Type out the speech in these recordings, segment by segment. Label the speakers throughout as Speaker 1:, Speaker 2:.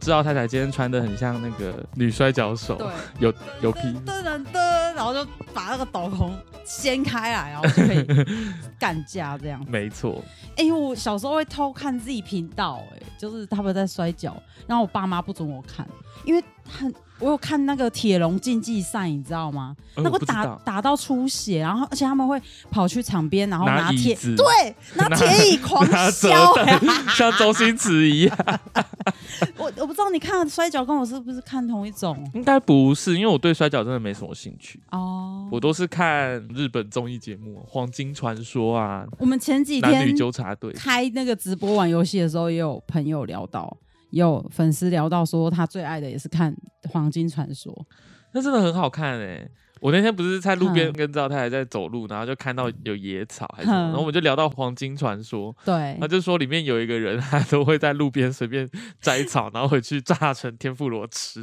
Speaker 1: 知道太太今天穿的很像那个女摔跤手，
Speaker 2: 对，
Speaker 1: 有 有屁，
Speaker 2: 噔噔噔，然后就把那个斗篷掀开来，然后就可以干架这 样。
Speaker 1: 没错，
Speaker 2: 哎、因为我小时候会偷看自己频道、哎，就是他们在摔跤，然后我爸妈不准我看，因为很我有看那个铁笼竞技赛，你知道吗？
Speaker 1: 呃
Speaker 2: 那
Speaker 1: 我
Speaker 2: 个
Speaker 1: 不知
Speaker 2: 打
Speaker 1: 道，
Speaker 2: 打到出血，然后而且他们会跑去场边，然后
Speaker 1: 拿椅
Speaker 2: 铁
Speaker 1: 子
Speaker 2: 对拿
Speaker 1: 拿
Speaker 2: 铁椅狂
Speaker 1: 拿折
Speaker 2: 削、哎
Speaker 1: 凳，像周星驰一样，
Speaker 2: 我我不知道你看的摔跤跟我是不是看同一种
Speaker 1: 应该不是，因为我对摔跤真的没什么兴趣。
Speaker 2: 哦。
Speaker 1: 我都是看日本综艺节目《黄金传说》啊，
Speaker 2: 我们前几
Speaker 1: 《男
Speaker 2: 天
Speaker 1: 女纠察队》
Speaker 2: 开那个直播玩游戏的时候，也有朋友聊到，也有粉丝聊到说他最爱的也是看《黄金传说》。
Speaker 1: 那真的很好看哎、我那天不是在路边
Speaker 2: 嗯
Speaker 1: 跟赵太太在走路，然后就看到有野草还是什么，
Speaker 2: 嗯
Speaker 1: 然后我们就聊到《黄金传说》，
Speaker 2: 对
Speaker 1: 他，就说里面有一个人， 他都会在路边随便摘草，然后回去炸成天妇罗吃。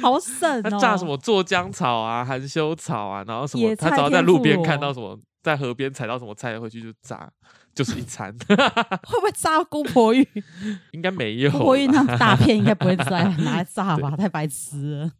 Speaker 2: 好省
Speaker 1: 他
Speaker 2: 哦。
Speaker 1: 炸什？么剁姜草啊、含羞草啊，然后什么，
Speaker 2: 野菜
Speaker 1: 他只要在路边
Speaker 2: 天妇罗
Speaker 1: 看到什么，在河边采到什么菜回去就炸，就是一 餐。
Speaker 2: 会不会炸姑 婆芋？
Speaker 1: 应该没有啦。
Speaker 2: 姑婆芋那
Speaker 1: 我
Speaker 2: 么大片应该不会摘，拿来炸 吧？太白痴了。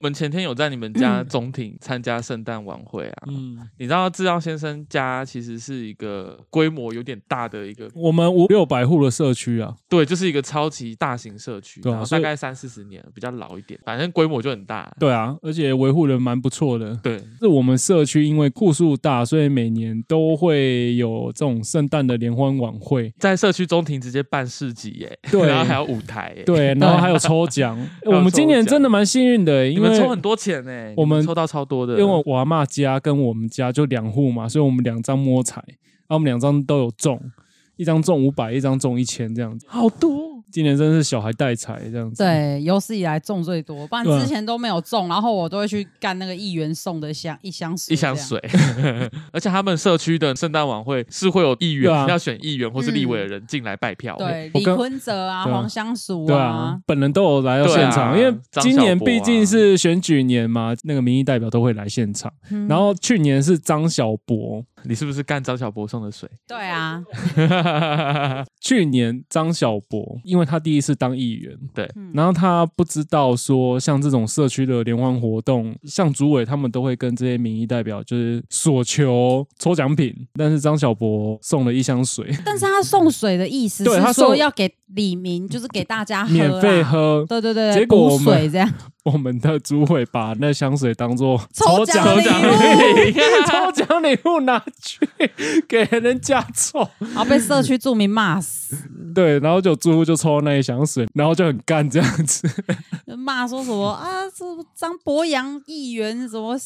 Speaker 1: 们前天有在你们家
Speaker 2: 嗯
Speaker 1: 中庭参加圣诞晚会啊，
Speaker 3: 嗯，
Speaker 1: 你知道志耀先生家其实是一个规模有点大的一个，
Speaker 3: 我们五六百户的社区啊，
Speaker 1: 对，就是一个超级大型社区，
Speaker 3: 对啊
Speaker 1: 然后
Speaker 3: 所
Speaker 1: 大
Speaker 3: 以
Speaker 1: 概三四十年了，比较老一点，反正规模就很大。
Speaker 3: 对啊，而且维护的蛮不错的。
Speaker 1: 对，
Speaker 3: 是我们社区因为户数大，所以每年都会有这种圣诞的联欢晚 会。
Speaker 1: 在社区中庭直接办市集耶、
Speaker 3: 对
Speaker 1: 然后还有舞台耶、
Speaker 3: 对，然后还有抽奖。
Speaker 1: 有
Speaker 3: 我们今年
Speaker 1: 抽奖
Speaker 3: 真的蛮幸运的，
Speaker 1: 你
Speaker 3: 因
Speaker 1: 们
Speaker 3: 为
Speaker 1: 抽很多钱呢、
Speaker 3: 我们
Speaker 1: 你抽到超多的，
Speaker 3: 因为我阿妈家跟我们家就两户嘛，所以我们两张摸彩，然后我们两张都有中，一张中五百，一张中一千这样子。
Speaker 1: 好多，哦
Speaker 3: 今年真是小孩带彩这样子。
Speaker 2: 对，有史以来中最多，不然
Speaker 3: 对啊
Speaker 2: 之前都没有中，然后我都会去干那个议员送的香一箱水，
Speaker 1: 一箱。水， 而且他们社区的圣诞晚会是会有议员、
Speaker 3: 对啊
Speaker 1: 要选议员或是立委的人进来拜票，
Speaker 2: 嗯对，
Speaker 3: 我
Speaker 2: 李
Speaker 3: 跟
Speaker 2: 坤泽啊，
Speaker 3: 对啊
Speaker 2: 黄香淑
Speaker 3: 对啊，本人都有来到现场，
Speaker 1: 对啊
Speaker 3: 因为今
Speaker 1: 张小
Speaker 3: 年
Speaker 1: 博啊
Speaker 3: 毕竟是选举年嘛，那个民意代表都会来现场。
Speaker 2: 嗯
Speaker 1: 嗯
Speaker 3: 然后去年是张小博，
Speaker 1: 你是不是干张小博送的水？
Speaker 2: 对啊，
Speaker 3: 去年张小博因为他第一次当议员，
Speaker 1: 对
Speaker 2: 嗯
Speaker 3: 然后他不知道说像这种社区的联欢活动，像组委他们都会跟这些民意代表就是索求抽奖品，但是张小博送了一 箱水，
Speaker 2: 但是他送水的意思
Speaker 3: 对他
Speaker 2: 是
Speaker 3: 送
Speaker 2: 说要给李明，就是给大家喝、啊，
Speaker 3: 免费。喝。
Speaker 2: 对对对，
Speaker 3: 结果
Speaker 2: 补
Speaker 3: 我们
Speaker 2: 水 这样，
Speaker 3: 我们的组委把那香水当做
Speaker 2: 抽奖
Speaker 3: 抽奖礼
Speaker 2: 礼
Speaker 3: 物， 抽奖礼物拿去给人家抽。
Speaker 2: 然后被社区住民骂 死，
Speaker 3: 对，然后就住户就抽那一箱水，然后就很干这样子。
Speaker 2: 骂说什么啊，是张博洋议员什么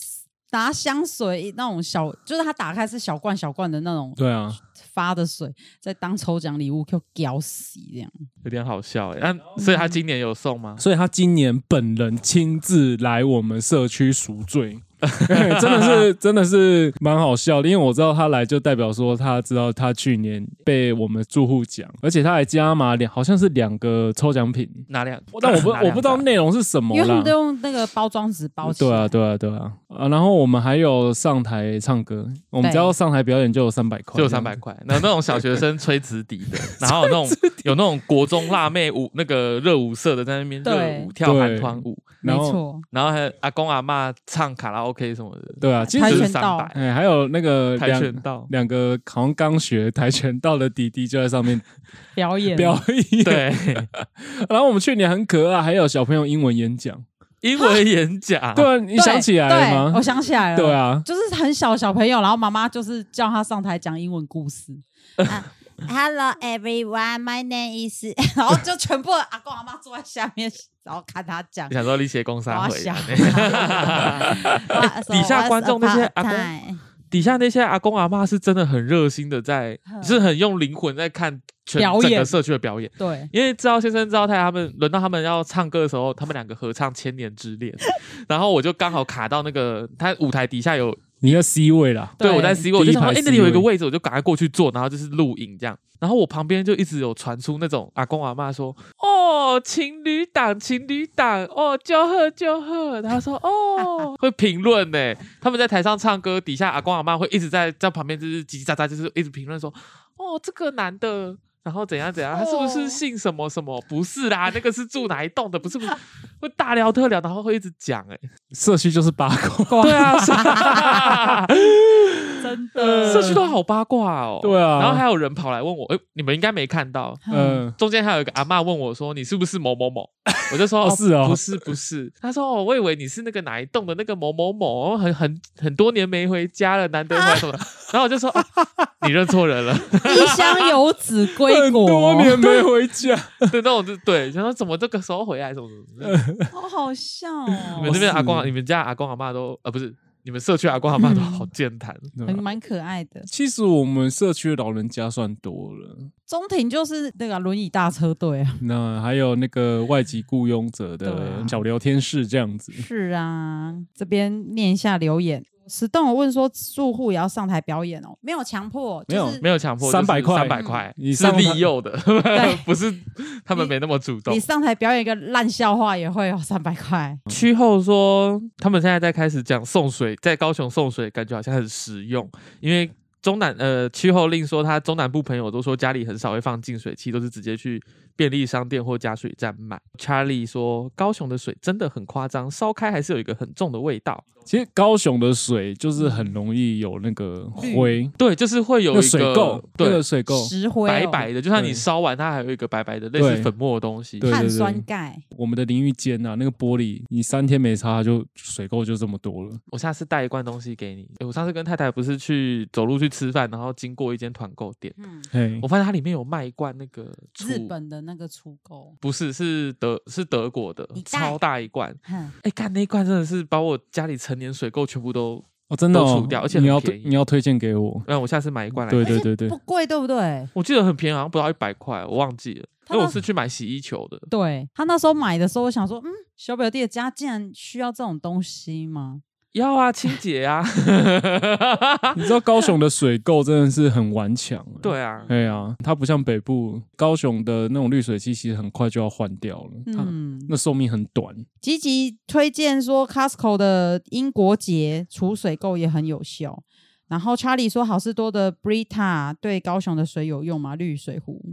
Speaker 2: 拿香水那种小，就是他打开是小罐小罐的那种
Speaker 3: 对啊，
Speaker 2: 发的水，在当抽奖礼物，就屌死这样。
Speaker 1: 有点好笑哎、那、所以
Speaker 2: 嗯
Speaker 1: 他今年有送吗？
Speaker 3: 所以他今年本人亲自来我们社区赎罪， 真的是真的是蛮好笑的，因为我知道他来就代表说他知道他去年被我们住户讲，而且他还加码两好像是两个抽奖品，
Speaker 1: 哪两？
Speaker 3: 但我 不
Speaker 1: 哪两
Speaker 3: 我不知道
Speaker 1: 张
Speaker 3: 内容是什么
Speaker 2: 因为他
Speaker 3: 啦
Speaker 2: 们都。用那个包装纸包起来。
Speaker 3: 对啊，对啊，对啊啊！然后我们还有上台唱歌，我们只要上台表演就有三百块，
Speaker 1: 就有三百块，那那种小学生吹直笛的，然后有那种有那种国中辣妹舞那个热舞社的在那边热舞
Speaker 2: 对
Speaker 1: 跳韩
Speaker 3: 对
Speaker 1: 团舞，
Speaker 3: 然
Speaker 2: 没
Speaker 3: 后
Speaker 2: 错，
Speaker 1: 然后还有阿公阿嬷唱卡拉 OK 什么的，
Speaker 3: 对啊，其
Speaker 2: 跆
Speaker 3: 实
Speaker 1: 就是
Speaker 2: 拳
Speaker 1: 三
Speaker 2: 道
Speaker 1: 百
Speaker 3: 哎，还有那个
Speaker 1: 跆
Speaker 3: 两
Speaker 1: 拳 道，
Speaker 3: 两个好像刚学跆拳道的弟弟就在上面
Speaker 2: 表演
Speaker 3: 表 演。，
Speaker 1: 对，
Speaker 3: 然后我们去年很可爱，还有小朋友英文演讲。
Speaker 1: 英文演讲，
Speaker 3: 对啊，你
Speaker 2: 对
Speaker 3: 想起来了
Speaker 2: 对
Speaker 3: 吗
Speaker 2: 我？想起来了。
Speaker 3: 对啊，
Speaker 2: 就是很小的小朋友，然后妈妈就是叫他上台讲英文故 事。Hello 啊 everyone, my name is，然 后就全部的阿公阿妈坐在下面，然后看他讲
Speaker 3: 哎
Speaker 1: 你。想说立些公三
Speaker 2: 我
Speaker 1: 会
Speaker 2: 想，
Speaker 1: 底下观众那些阿公底下那些阿公阿嬷是真的很热心的 在，
Speaker 2: 嗯
Speaker 1: 是很用灵魂在看全
Speaker 2: 表演
Speaker 1: 整个社区的表演。
Speaker 2: 对，
Speaker 1: 因为知道先生知道太太他们轮到他们要唱歌的时候，他们两个合唱《千年之 恋》，然后我就刚好卡到那个他舞台底下有，
Speaker 3: 你的 C 位啦，
Speaker 1: 对
Speaker 2: 对
Speaker 1: 我在 C 位，我就想说，
Speaker 3: 第
Speaker 1: 哎、
Speaker 3: 一
Speaker 1: 那
Speaker 3: 排
Speaker 1: 里有一个
Speaker 3: C 位
Speaker 1: 位置，我就赶快过去坐，然后就是录影这样。然后我旁边就一直有传出那种阿公阿妈说：“哦，情侣档，情侣档，哦，就喝就喝。”他说：“ 哦，会评论呢。”他们在台上唱歌，底下阿公阿妈会一直在在旁边就是叽叽喳喳，就是一直评论说：“哦，这个男的然后怎样怎样，他是不
Speaker 3: 哦
Speaker 1: 是姓什么什么？不是啦，那个是住哪一栋的，不是不是，会大聊特聊，然后会一直讲、欸，
Speaker 3: 社区就是八卦，
Speaker 1: 对啊， 是
Speaker 2: 真
Speaker 1: 社区都好八卦哦，
Speaker 3: 对啊
Speaker 1: 然后还有人跑来问我，哎、你们应该没看到，
Speaker 3: 嗯、
Speaker 1: 中间还有一个阿嬷问我说：“你是不是某某某？”我就说：“
Speaker 3: 哦是哦
Speaker 1: 不是不是。”她说：“哦，我以为你是那个哪一栋的那个某某某，哦很很很多年没回家了，难得回来什么的。然后我就说：“ 啊你认错人了。
Speaker 2: 异乡游子归
Speaker 3: 呃很多
Speaker 2: 国，
Speaker 3: 年没回家，”
Speaker 1: 对，那我就对，然后怎么这个时候回来，什么什么什么。
Speaker 2: 好好笑
Speaker 1: 你
Speaker 2: 哦
Speaker 1: 们那边
Speaker 3: 是
Speaker 1: 阿公、你们家阿公阿嬷都呃不是，你们社区阿公阿嬷都好健谈。
Speaker 3: 嗯
Speaker 2: 很蛮可爱的。
Speaker 3: 其实我们社区的老人家算多了，
Speaker 2: 中庭就是那个轮椅大车队啊，
Speaker 3: 那还有那个外籍雇佣者
Speaker 2: 对
Speaker 3: 的
Speaker 2: 啊
Speaker 3: 小聊天室这样子，
Speaker 2: 是啊，这边念一下留言。石栋有问说，住户也要上台表演哦？没有强迫，
Speaker 3: 没有
Speaker 2: 就是
Speaker 1: 没有强迫，
Speaker 3: 300块嗯
Speaker 1: 三百块
Speaker 3: 你
Speaker 1: 是
Speaker 3: 上
Speaker 1: 利诱的， 不是他们
Speaker 2: 你
Speaker 1: 没那么主动
Speaker 2: 你。上台表演一个烂笑话也会有三百块，
Speaker 3: 嗯
Speaker 1: 区后说，他们现在在开始讲送水，在高雄送水，感觉好像很实用，因为中南呃区后令说，他中南部朋友都说家里很少会放净水器，都是直接去便利商店或加水站买。Charlie 说，高雄的水真的很夸张，烧开还是有一个很重的味道，
Speaker 3: 其实高雄的水就是很容易有那个灰，
Speaker 1: 对，就是会有一
Speaker 3: 那
Speaker 1: 个
Speaker 3: 水垢，那
Speaker 1: 对
Speaker 3: 个。水垢。
Speaker 2: 石灰哦
Speaker 1: 白白的，就算你
Speaker 3: 对
Speaker 1: 烧完，它还有一个白白的类似
Speaker 3: 对
Speaker 1: 粉末的东西。
Speaker 3: 对
Speaker 2: 碳酸钙，
Speaker 3: 我们的淋浴间啊，那个玻璃，你三天没擦，它就水垢就这么多了。
Speaker 1: 我下次带一罐东西给你。诶我上次跟太太不是去走路去吃饭，然后经过一间团购店，
Speaker 2: 嗯，
Speaker 3: 嘿
Speaker 1: 我，发现它里面有卖一罐那个
Speaker 2: 日
Speaker 1: 醋
Speaker 2: 本的那个除垢，
Speaker 1: 不是是德是德国的
Speaker 2: 你，带
Speaker 1: 超大一罐。
Speaker 2: 哼，
Speaker 1: 哎，干那一罐真的是把我家里成年水垢全部都
Speaker 3: 哦，真的
Speaker 1: 都
Speaker 3: 哦
Speaker 1: 除掉，而且很
Speaker 3: 你要
Speaker 1: 便宜
Speaker 3: 你要推荐给我，
Speaker 1: 让我下次买一罐来。
Speaker 3: 对对
Speaker 2: 而且
Speaker 3: 对 对
Speaker 2: 不，贵对不对？
Speaker 1: 我记得很便宜，好像不到一百块，我忘记了。
Speaker 2: 他
Speaker 1: 因为我
Speaker 2: 那
Speaker 1: 是去买洗衣球的，
Speaker 2: 对他那时候买的时候，我想说，嗯，小表弟的家竟然需要这种东西吗？
Speaker 1: 要啊，清洁 啊，
Speaker 3: 你知道高雄的水垢真的是很顽强、欸，
Speaker 1: 对啊，
Speaker 3: 哎呀，它不像北部高雄的那种滤水器，其实很快就要换掉了，嗯，
Speaker 2: 嗯，
Speaker 3: 那寿命很短。
Speaker 2: 积极推荐说 Costco 的英国节储水垢也很有效。然后查理说好事多的 Brita 对高雄的水有用吗？滤水壶，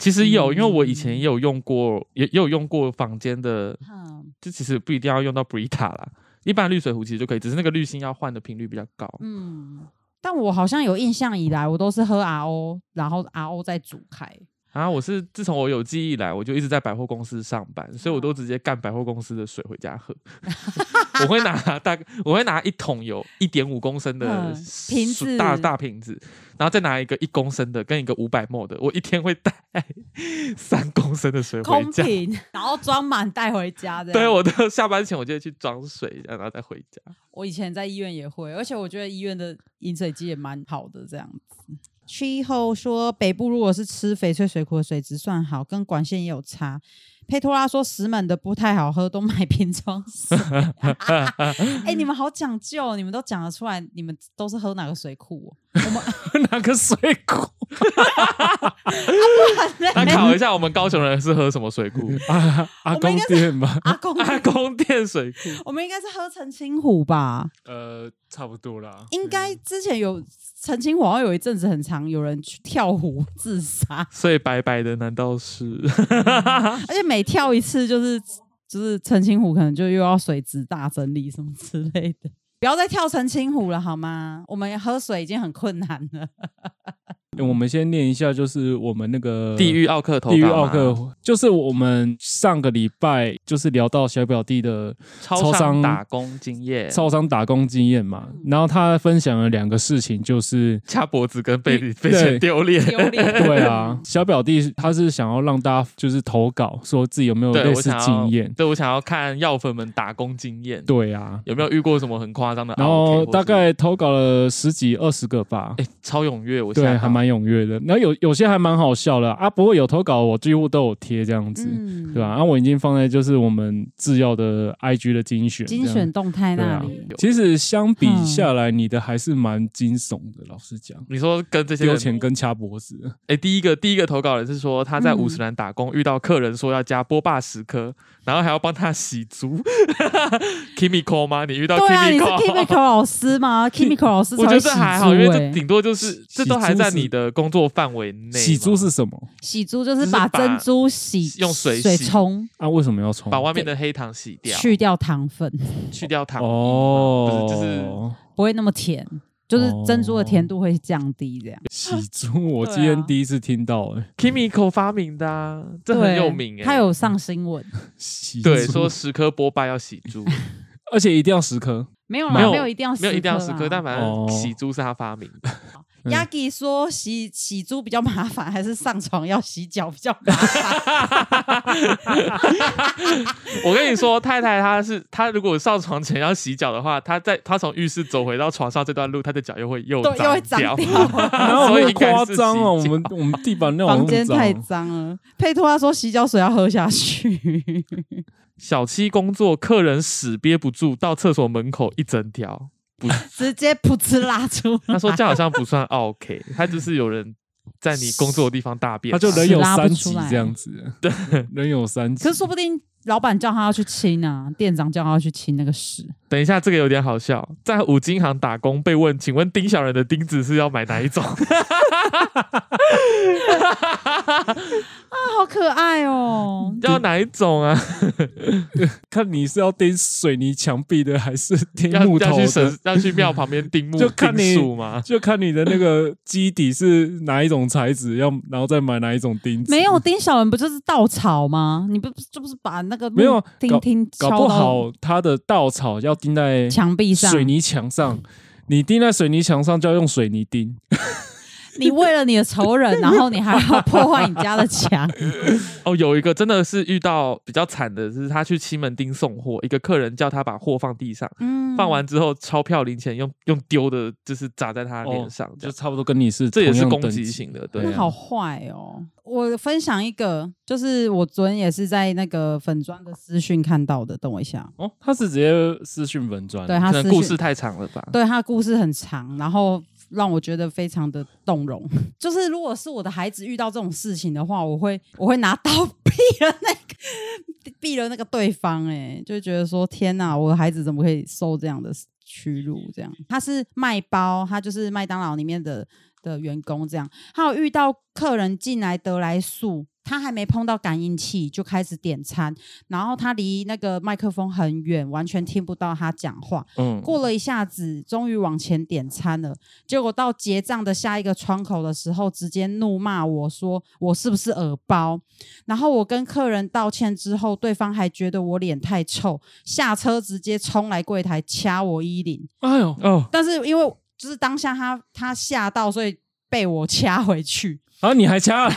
Speaker 1: 其实有，
Speaker 2: 嗯
Speaker 1: 因为我以前也有用过，也也有用过房间的，
Speaker 2: 嗯
Speaker 1: 这其实不一定要用到 Brita 啦，一般滤水壶其实就可以，只是那个滤芯要换的频率比较高。
Speaker 2: 嗯，但我好像有印象以来，我都是喝 RO，然后 RO 再煮开。
Speaker 1: 啊，我是自从我有记忆以来，我就一直在百货公司上班，所以我都
Speaker 2: 嗯
Speaker 1: 直接干百货公司的水回家喝。 我会拿大，我会拿一桶有一点五公升的
Speaker 2: 嗯瓶
Speaker 1: 水
Speaker 2: 子
Speaker 1: 大大瓶子，然后再拿一个一公升的跟一个五百沫的，我一天会带 三公升的水回
Speaker 2: 空
Speaker 1: 家。
Speaker 2: 瓶，然后装满带回家的。
Speaker 1: 对，我的下班前我就会去装水，然后再回家。
Speaker 2: 我以前在医院也会，而且我觉得医院的饮水机也蛮好的这样子。区后说，北部如果是吃翡翠水库的水质算好，跟管线也有差。佩托拉说，石门的不太好喝，都买瓶装水。 哎、你们好讲究哦，你们都讲得出来，你们都是喝哪个水库、哦
Speaker 3: 哪个水库
Speaker 1: 那考一下，我们高雄人是喝什么水 库？
Speaker 3: 啊？阿
Speaker 2: 我们
Speaker 3: 公
Speaker 2: 应该
Speaker 3: 店吧？
Speaker 2: 阿公，
Speaker 1: 阿公店水 库。
Speaker 2: 我们应该是喝澄清湖吧？
Speaker 3: 呃，差不多啦。
Speaker 2: 应该之前有澄清湖，好像有一阵子很长，有人去跳湖自杀。
Speaker 1: 所以白白的难道是？
Speaker 2: 呃而且每跳一次就是就是澄清湖，可能就又要水质大整理什么之类的。不要再跳澄清湖了好吗？我们喝水已经很困难了。
Speaker 3: 嗯我们先念一下，就是我们那个
Speaker 1: 地狱奥克投稿
Speaker 3: 地
Speaker 1: 吗
Speaker 3: 狱奥克，就是我们上个礼拜就是聊到小表弟的
Speaker 1: 超
Speaker 3: 超商
Speaker 1: 商打工经验，
Speaker 3: 超商打工经验嘛，然后他分享了两个事情， 就是
Speaker 1: 掐脖子跟被被
Speaker 3: 对
Speaker 1: 嫌丢 脸。
Speaker 2: 丢脸，
Speaker 3: 对啊，小表弟他是想要让大家就是投稿，说自己有没有
Speaker 1: 对
Speaker 3: 类
Speaker 1: 我
Speaker 3: 似
Speaker 1: 想要
Speaker 3: 经验，
Speaker 1: 对我想要看药粉们打工经验，
Speaker 3: 对啊，
Speaker 1: 有没有遇过什么很夸张的啊 OK，
Speaker 3: 然
Speaker 1: 或
Speaker 3: 后
Speaker 1: 是？
Speaker 3: 大概投稿了十几二十个吧，
Speaker 1: 哎，超踊跃，我啊吓
Speaker 3: 对，
Speaker 1: 到
Speaker 3: 还蛮踊跃的。然后有有些还蛮好笑的啊，啊不过有投稿我几乎都有贴这样子，
Speaker 2: 嗯
Speaker 3: 对吧、啊？然后我已经放在就是我们制药的 IG 的精选，
Speaker 2: 精选。动态那里，
Speaker 1: 有
Speaker 3: 其实相比下来，你的还是蛮惊悚的，老实讲。
Speaker 1: 你说跟这些
Speaker 3: 丢
Speaker 1: 人，
Speaker 3: 钱跟掐脖子，
Speaker 1: 哎，第一个第一个投稿人是说他在
Speaker 2: 嗯
Speaker 1: 五十岚打工，遇到客人说要加波霸十颗，然后还要帮他洗足。Kimiko 吗？你遇到
Speaker 2: 对啊，你是
Speaker 1: Kimiko？
Speaker 2: Kimiko 老师吗？Kimiko 老师才
Speaker 1: 我觉
Speaker 2: 会
Speaker 1: 得
Speaker 2: 洗
Speaker 1: 这还好，因为
Speaker 2: 猪
Speaker 1: 这
Speaker 2: 欸
Speaker 1: 顶多就是这都还在
Speaker 3: 洗猪是
Speaker 1: 你的工作范围内吗。
Speaker 3: 洗珠是什么
Speaker 2: 洗珠就是把珍珠洗
Speaker 1: 用水洗
Speaker 2: 水冲
Speaker 3: 啊？为什么要冲？
Speaker 1: 把外面的黑糖洗掉，哦去
Speaker 2: 去掉糖分，
Speaker 1: 掉糖
Speaker 3: 哦，
Speaker 1: 不是就是
Speaker 2: 不会那么甜，就是珍珠的甜度会降低这样。
Speaker 1: 哦
Speaker 3: 洗珠，我
Speaker 2: 对啊
Speaker 3: 今天第一次听到哎、
Speaker 1: 啊 Kimiko 发明的、啊，这很
Speaker 2: 对，
Speaker 1: 有名哎、
Speaker 2: 他有上新闻，
Speaker 3: 洗珠
Speaker 1: 对说十颗波霸要洗 猪，
Speaker 3: 而且一定要十颗。
Speaker 2: 没有
Speaker 1: 没
Speaker 2: 啦，
Speaker 1: 有
Speaker 2: 没有一定要
Speaker 1: 没有一定要十
Speaker 2: 十
Speaker 1: 颗，但反
Speaker 3: 哦
Speaker 1: 正洗猪是他发明的。
Speaker 3: 嗯
Speaker 2: 亚吉说洗洗猪比较麻烦， 还是上床要洗脚比较麻 烦？
Speaker 1: 我跟你说，太太她是她如果上床前要洗脚的话，她在她从浴室走回到床上这段路，她的脚又会又
Speaker 2: 对，又会
Speaker 1: 脏
Speaker 2: 脏
Speaker 1: 掉。
Speaker 2: 掉。
Speaker 3: 然后
Speaker 1: 所以
Speaker 3: 很
Speaker 1: 应该
Speaker 3: 夸
Speaker 1: 是
Speaker 3: 张哦，我
Speaker 1: 洗脚
Speaker 3: 们我们地板那种
Speaker 2: 房间太
Speaker 3: 脏，
Speaker 2: 脏了，佩托他说洗脚水要喝下去，
Speaker 1: 小七工作，客人屎憋不住，到厕所门口一整条。
Speaker 2: 直接噗嗤拉出。
Speaker 1: 他说这好像不算 OK，他就是有人在你工作的地方大 便，
Speaker 3: 他就人
Speaker 2: 人
Speaker 3: 有
Speaker 2: 有
Speaker 3: 三
Speaker 2: 三
Speaker 3: 级
Speaker 2: 级
Speaker 3: 这
Speaker 2: 这
Speaker 3: 样
Speaker 2: 样
Speaker 3: 子，对， 人有三级。
Speaker 2: 可是说不定老板叫他要去清啊，店长叫他要去清那个屎。
Speaker 1: 等一下，这个有点好笑，在五金行打工被问，请问丁小人的钉子是要买哪 一种？
Speaker 2: 啊，好可爱哦！
Speaker 3: 嗯
Speaker 1: 要哪一种啊？
Speaker 3: 看你是要钉水泥墙壁的，还是钉
Speaker 1: 要
Speaker 3: 木
Speaker 1: 要
Speaker 3: 头
Speaker 1: 去
Speaker 3: 的
Speaker 1: 神？要去庙旁边钉 木
Speaker 3: 就看你
Speaker 1: 钉树吗？
Speaker 3: 就看你的那个基底是哪一种材质，要然后再买哪一种钉子。
Speaker 2: 没有丁小人不就是稻草吗？你不这不是把那个木
Speaker 3: 没有啊
Speaker 2: 钉钉
Speaker 3: 搞
Speaker 2: 敲到
Speaker 3: 不好它的稻草要钉在
Speaker 2: 墙壁上？
Speaker 3: 水泥墙上，你钉在水泥墙上就要用水泥钉。
Speaker 2: 你为了你的 仇人，然后你还要破坏你家的墙，
Speaker 1: 哦，有一个真的是遇到比较惨的，是他去西门町送货，一个客人叫他把货放地上，
Speaker 2: 嗯，
Speaker 1: 放完之后钞票零钱用用丢的，就是砸在他
Speaker 3: 哦
Speaker 1: 脸上，就
Speaker 3: 就差不多跟你是
Speaker 1: 这也是
Speaker 3: 同样
Speaker 1: 攻
Speaker 3: 等
Speaker 1: 击
Speaker 3: 级
Speaker 1: 型的，对
Speaker 3: 对
Speaker 2: 那
Speaker 3: 啊
Speaker 2: 好坏哦。我分享一个，就是我昨天也是在那个粉砖的私讯看到的。等我一下，
Speaker 3: 哦，他是直接私讯粉砖，
Speaker 2: 对他啊
Speaker 1: 嗯可
Speaker 2: 私
Speaker 1: 能
Speaker 2: 讯
Speaker 1: 故事太长了吧？
Speaker 2: 对他的故事很长，然后让我觉得非常的动容。 就是如果是我的孩子遇到这种事情的话，我会我会拿刀 毙了那个毙了那个对方、欸，哎，就觉得说天哪，我的孩子怎么可以受这样的屈辱？这样，他是卖包，他就是麦当劳里面的的员工这样。还有遇到客人进来得来速，他还没碰到感应器就开始点餐，然后他离那个麦克风很远，完全听不到他讲话。
Speaker 1: 嗯，
Speaker 2: 过了一下子，终于往前点餐了。结果到结账的下一个窗口的时候，直接怒骂我说：“我是不是耳包？”然后我跟客人道歉之后，对方还觉得我脸太臭，下车直接冲来柜台掐我衣领。
Speaker 3: 哎呦哦，
Speaker 2: 但是因为就是当下他他吓到，所以被我掐回去，啊
Speaker 3: 然后啊你还掐了，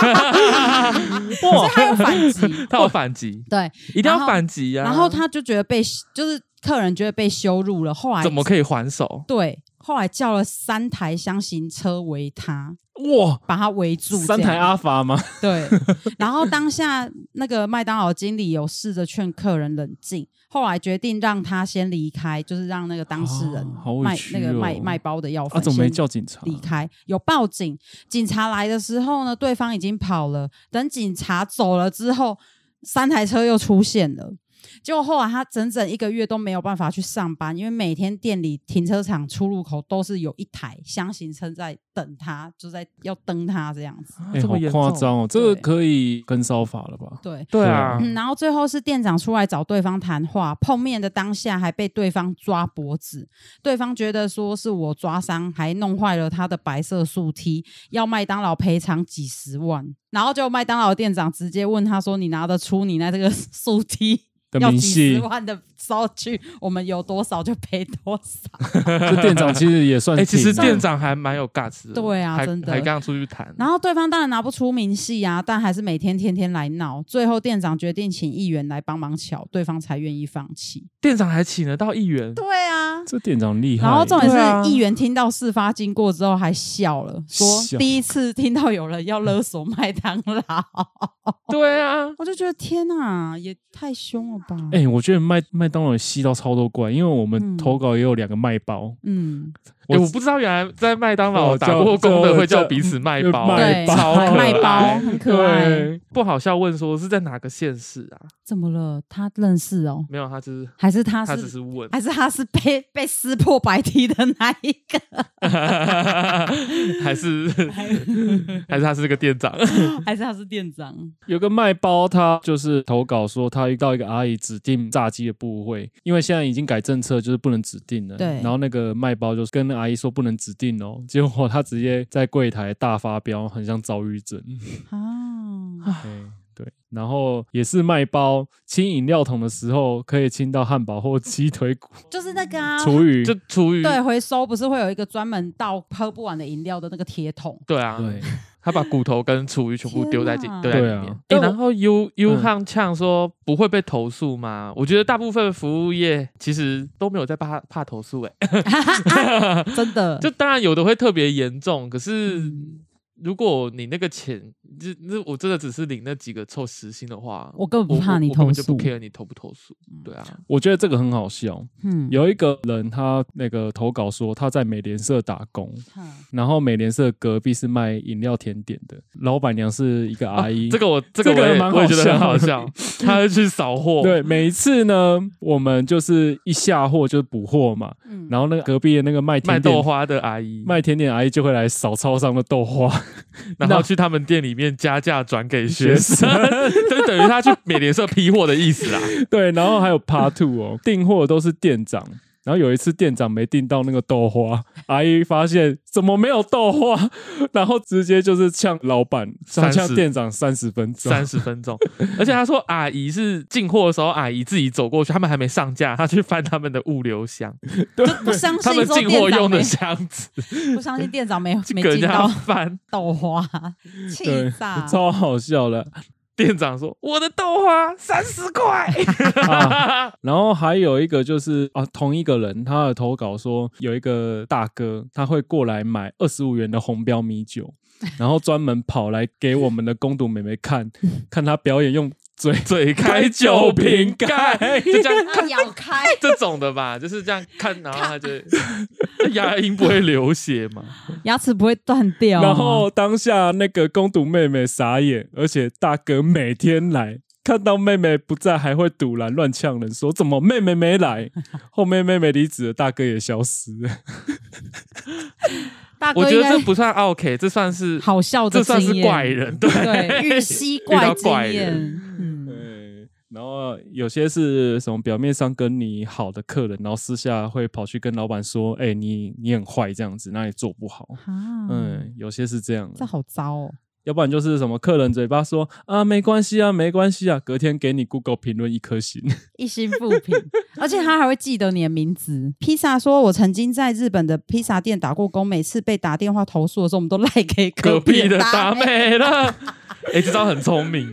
Speaker 1: 嗯
Speaker 2: 所以他有反 击。
Speaker 1: 他有反击，
Speaker 2: 对，
Speaker 1: 一定
Speaker 2: 哦然
Speaker 1: 要
Speaker 2: 后
Speaker 1: 反击呀、啊！
Speaker 2: 然后他就觉得被就是客人觉得被羞辱了，后来
Speaker 1: 怎么可以还手？
Speaker 2: 对？后来叫了三台箱型车围他。
Speaker 3: 哇，
Speaker 2: 把他围住这样，
Speaker 3: 三台啊阿法吗？
Speaker 2: 对。然后当下那个麦当劳经理有试着劝客人冷静，后来决定让他先离开，就是让那个当事人
Speaker 3: 啊好委
Speaker 2: 卖、那
Speaker 3: 屈
Speaker 2: 个卖
Speaker 3: 哦
Speaker 2: 卖包的要
Speaker 3: 啊，
Speaker 2: 饭
Speaker 3: 怎
Speaker 2: 先
Speaker 3: 么没叫警察？
Speaker 2: 离开。有报警，警察来的时候呢，对方已经跑了。等警察走了之后，三台车又出现了。结果后来他整整一个月都没有办法去上班，因为每天店里停车场出入口都是有一台箱型车在等他，就在要蹬他这样子。
Speaker 1: 啊
Speaker 3: 哎、
Speaker 1: 这
Speaker 3: 好
Speaker 1: 么严
Speaker 3: 夸
Speaker 1: 重？
Speaker 3: 张哦！这个
Speaker 2: 对
Speaker 3: 可以跟烧法了吧？
Speaker 2: 对，
Speaker 1: 对啊，
Speaker 2: 嗯，然后最后是店长出来找对方谈话，碰面的当下还被对方抓脖子，对方觉得说是我抓伤，还弄坏了他的白色竖梯，要麦当劳赔偿几十万。然后就麦当劳店长直接问他说：“你拿得出你那这个 竖梯
Speaker 3: 的
Speaker 2: 要
Speaker 3: 明
Speaker 2: 几十
Speaker 3: 细，
Speaker 2: 万的收据，我们有多少就赔多少。
Speaker 3: 这店长其实也算
Speaker 1: 哎、其
Speaker 3: 挺，
Speaker 1: 实店长还蛮有 guts 的，
Speaker 2: 对啊
Speaker 1: 还
Speaker 2: 真的
Speaker 1: 还刚出去谈”，
Speaker 2: 然后对方当然拿不出明细啊，但还是每天天天来闹。最后店长决定请议员来帮忙瞧，对方才愿意放弃。
Speaker 1: 店长还请得到议员，
Speaker 2: 对啊，
Speaker 3: 这店长厉害。
Speaker 2: 然后重
Speaker 1: 对啊
Speaker 2: 点是，议员听到事发经过之后还笑了，说
Speaker 3: 笑
Speaker 2: 第一次听到有人要勒索麦当劳，
Speaker 1: 对啊，
Speaker 2: 我就觉得天哪，也太凶了吧！
Speaker 3: 哎哎、我觉得麦麦当劳也吸到超多怪，因为我们
Speaker 2: 嗯
Speaker 3: 投稿也有两个麦包，
Speaker 2: 嗯，
Speaker 1: 哎、我不知道原来在麦当劳
Speaker 3: 我
Speaker 1: 打
Speaker 3: 叫
Speaker 1: 过工的
Speaker 3: 叫
Speaker 1: 会叫彼此卖包，
Speaker 3: 卖
Speaker 1: 哎
Speaker 2: 对，
Speaker 3: 包
Speaker 1: 超可爱
Speaker 2: 卖包很可爱。
Speaker 3: 对，
Speaker 1: 不好笑。问说是在哪个县市啊？
Speaker 2: 怎么了？他认识哦，
Speaker 1: 没有，他只是
Speaker 2: 还是他
Speaker 1: 他只
Speaker 2: 是
Speaker 1: 是问，
Speaker 2: 还是他是被被撕破白 T 的那一个？
Speaker 1: 还是还是他是个店长。
Speaker 2: 还是他是店长？
Speaker 3: 有个卖包，他就是投稿说他遇到一个阿姨指定炸鸡的部位，因为现在已经改政策，就是不能指定了。
Speaker 2: 对
Speaker 3: 然后那个卖包就跟阿姨说不能指定哦，结果他直接在柜台大发飙，很像躁郁症。
Speaker 2: 啊，
Speaker 3: 哎对，然后也是卖包，清饮料桶的时候可以清到汉堡或鸡腿骨、
Speaker 2: 就是那个啊，
Speaker 3: 厨余。
Speaker 1: 就厨余，
Speaker 2: 对，回收不是会有一个专门倒喝不完的饮料的那个铁桶？
Speaker 1: 对啊，
Speaker 3: 对，
Speaker 1: 他把骨头跟厨余全部丢在进
Speaker 2: 天哪
Speaker 1: 丢在里
Speaker 3: 对
Speaker 1: 面
Speaker 3: 啊。
Speaker 1: 哎、
Speaker 3: 但我
Speaker 1: 然后 U U
Speaker 3: 嗯
Speaker 1: 汉呛说不会被投诉吗？我觉得大部分服务业其实都没有在怕怕投诉、
Speaker 3: 嗯
Speaker 1: 哎，
Speaker 2: 真的，
Speaker 1: 就当然有的会特别严重，可是
Speaker 2: 嗯
Speaker 1: 如果你那个钱，就那我真的只是领那几个臭实薪的话，
Speaker 2: 我根本不怕你
Speaker 1: 我我根
Speaker 2: 投
Speaker 1: 本就
Speaker 2: 诉
Speaker 1: 不。care 你投不投诉。对啊，
Speaker 3: 我觉得这个很好笑。
Speaker 2: 嗯，
Speaker 3: 有一个人他那个投稿说他在美联社打工，
Speaker 2: 哼
Speaker 3: 然后美联社隔壁是卖饮料甜点的，老板娘是一个阿姨。
Speaker 1: 啊这个我这
Speaker 3: 这
Speaker 1: 个
Speaker 3: 个
Speaker 1: 我也
Speaker 3: 蛮好
Speaker 1: 我也觉得很好
Speaker 3: 笑
Speaker 1: 笑， 他会去扫货，
Speaker 3: 对，每一次呢，我们就是一下货就是补货嘛，
Speaker 2: 嗯
Speaker 3: 然后那个隔壁的那个卖
Speaker 1: 卖
Speaker 3: 甜
Speaker 1: 豆
Speaker 3: 点
Speaker 1: 花的阿姨，
Speaker 3: 卖甜点阿姨就会来扫超商的豆花，
Speaker 1: 然
Speaker 3: 那
Speaker 1: 后去他们店里面加价转给学生， 就等于他去美联社批货的意 思啦。
Speaker 3: 对，然后还有 Part Two 哦，订货都是店长。然后有一次店长没订到那个豆花，阿姨发现怎么没有豆花， 然后直接就是呛老板，呛
Speaker 1: 30
Speaker 3: 呛店长三十分钟，
Speaker 1: 三十分钟，而且他说阿姨是进货的时候，阿姨自己走过去，他们还没上架，他去翻他们的物流箱，
Speaker 2: 不相
Speaker 1: 他
Speaker 2: 信
Speaker 1: 们
Speaker 2: 说
Speaker 1: 进
Speaker 2: 店
Speaker 1: 货
Speaker 2: 长
Speaker 1: 用
Speaker 2: 没
Speaker 1: 的，箱子，
Speaker 2: 不相信店 长没
Speaker 1: 去
Speaker 2: 没
Speaker 1: 给人
Speaker 2: 进
Speaker 1: 家
Speaker 2: 到
Speaker 1: 翻。
Speaker 2: 豆花， 气
Speaker 3: 对
Speaker 2: 炸，！
Speaker 3: 超好笑了。
Speaker 1: 店长说：“我的豆花三十块。。
Speaker 3: 啊然后还有一个就是啊，同一个人他的投稿说，有一个大哥他会过来买二十五元的红标米酒，然后专门跑来给我们的公主妹妹看看他表演用嘴
Speaker 1: 嘴开酒瓶盖，就这样 看
Speaker 2: 啊咬开，
Speaker 1: 这种的吧，就是这样看，然后他 就牙龈不会流血嘛。
Speaker 2: 牙齿不会断掉哦吗。
Speaker 3: 然后当下那个公主妹妹傻眼，而且大哥每天来。看到妹妹不在，还会堵拦乱呛人，说怎么妹妹没来？ 后面妹妹离职了，大哥也消失了。
Speaker 2: 大
Speaker 1: 我
Speaker 2: 哥
Speaker 1: 觉得
Speaker 2: 应该
Speaker 1: 这不算 OK，这算是
Speaker 2: 好笑的
Speaker 1: 这算
Speaker 2: 经
Speaker 1: 是
Speaker 2: 验
Speaker 1: 怪人，对
Speaker 2: 对， 遇吸
Speaker 1: 遇
Speaker 2: 怪
Speaker 1: 到
Speaker 2: 经
Speaker 1: 怪
Speaker 2: 验，
Speaker 1: 人
Speaker 2: 嗯，
Speaker 3: 对，然后有些是什么表面上跟你好的客人，然后私下会跑去跟老板说：“哎、你你很坏这样子，那你做不好。
Speaker 2: 啊，
Speaker 3: 嗯，有些是这样，
Speaker 2: 这好糟哦，
Speaker 3: 要不然就是什么客人嘴巴说啊没关系啊没关系啊，隔天给你 Google 评论一颗星。
Speaker 2: 一心扶 贫，而且他还会记得你的名字。披萨说，我曾经在日本的披萨店打过工，每次被打电话投诉的时候，我们都赖给
Speaker 1: 隔壁的
Speaker 2: 大
Speaker 1: 达。美了。 哎、这招很聪明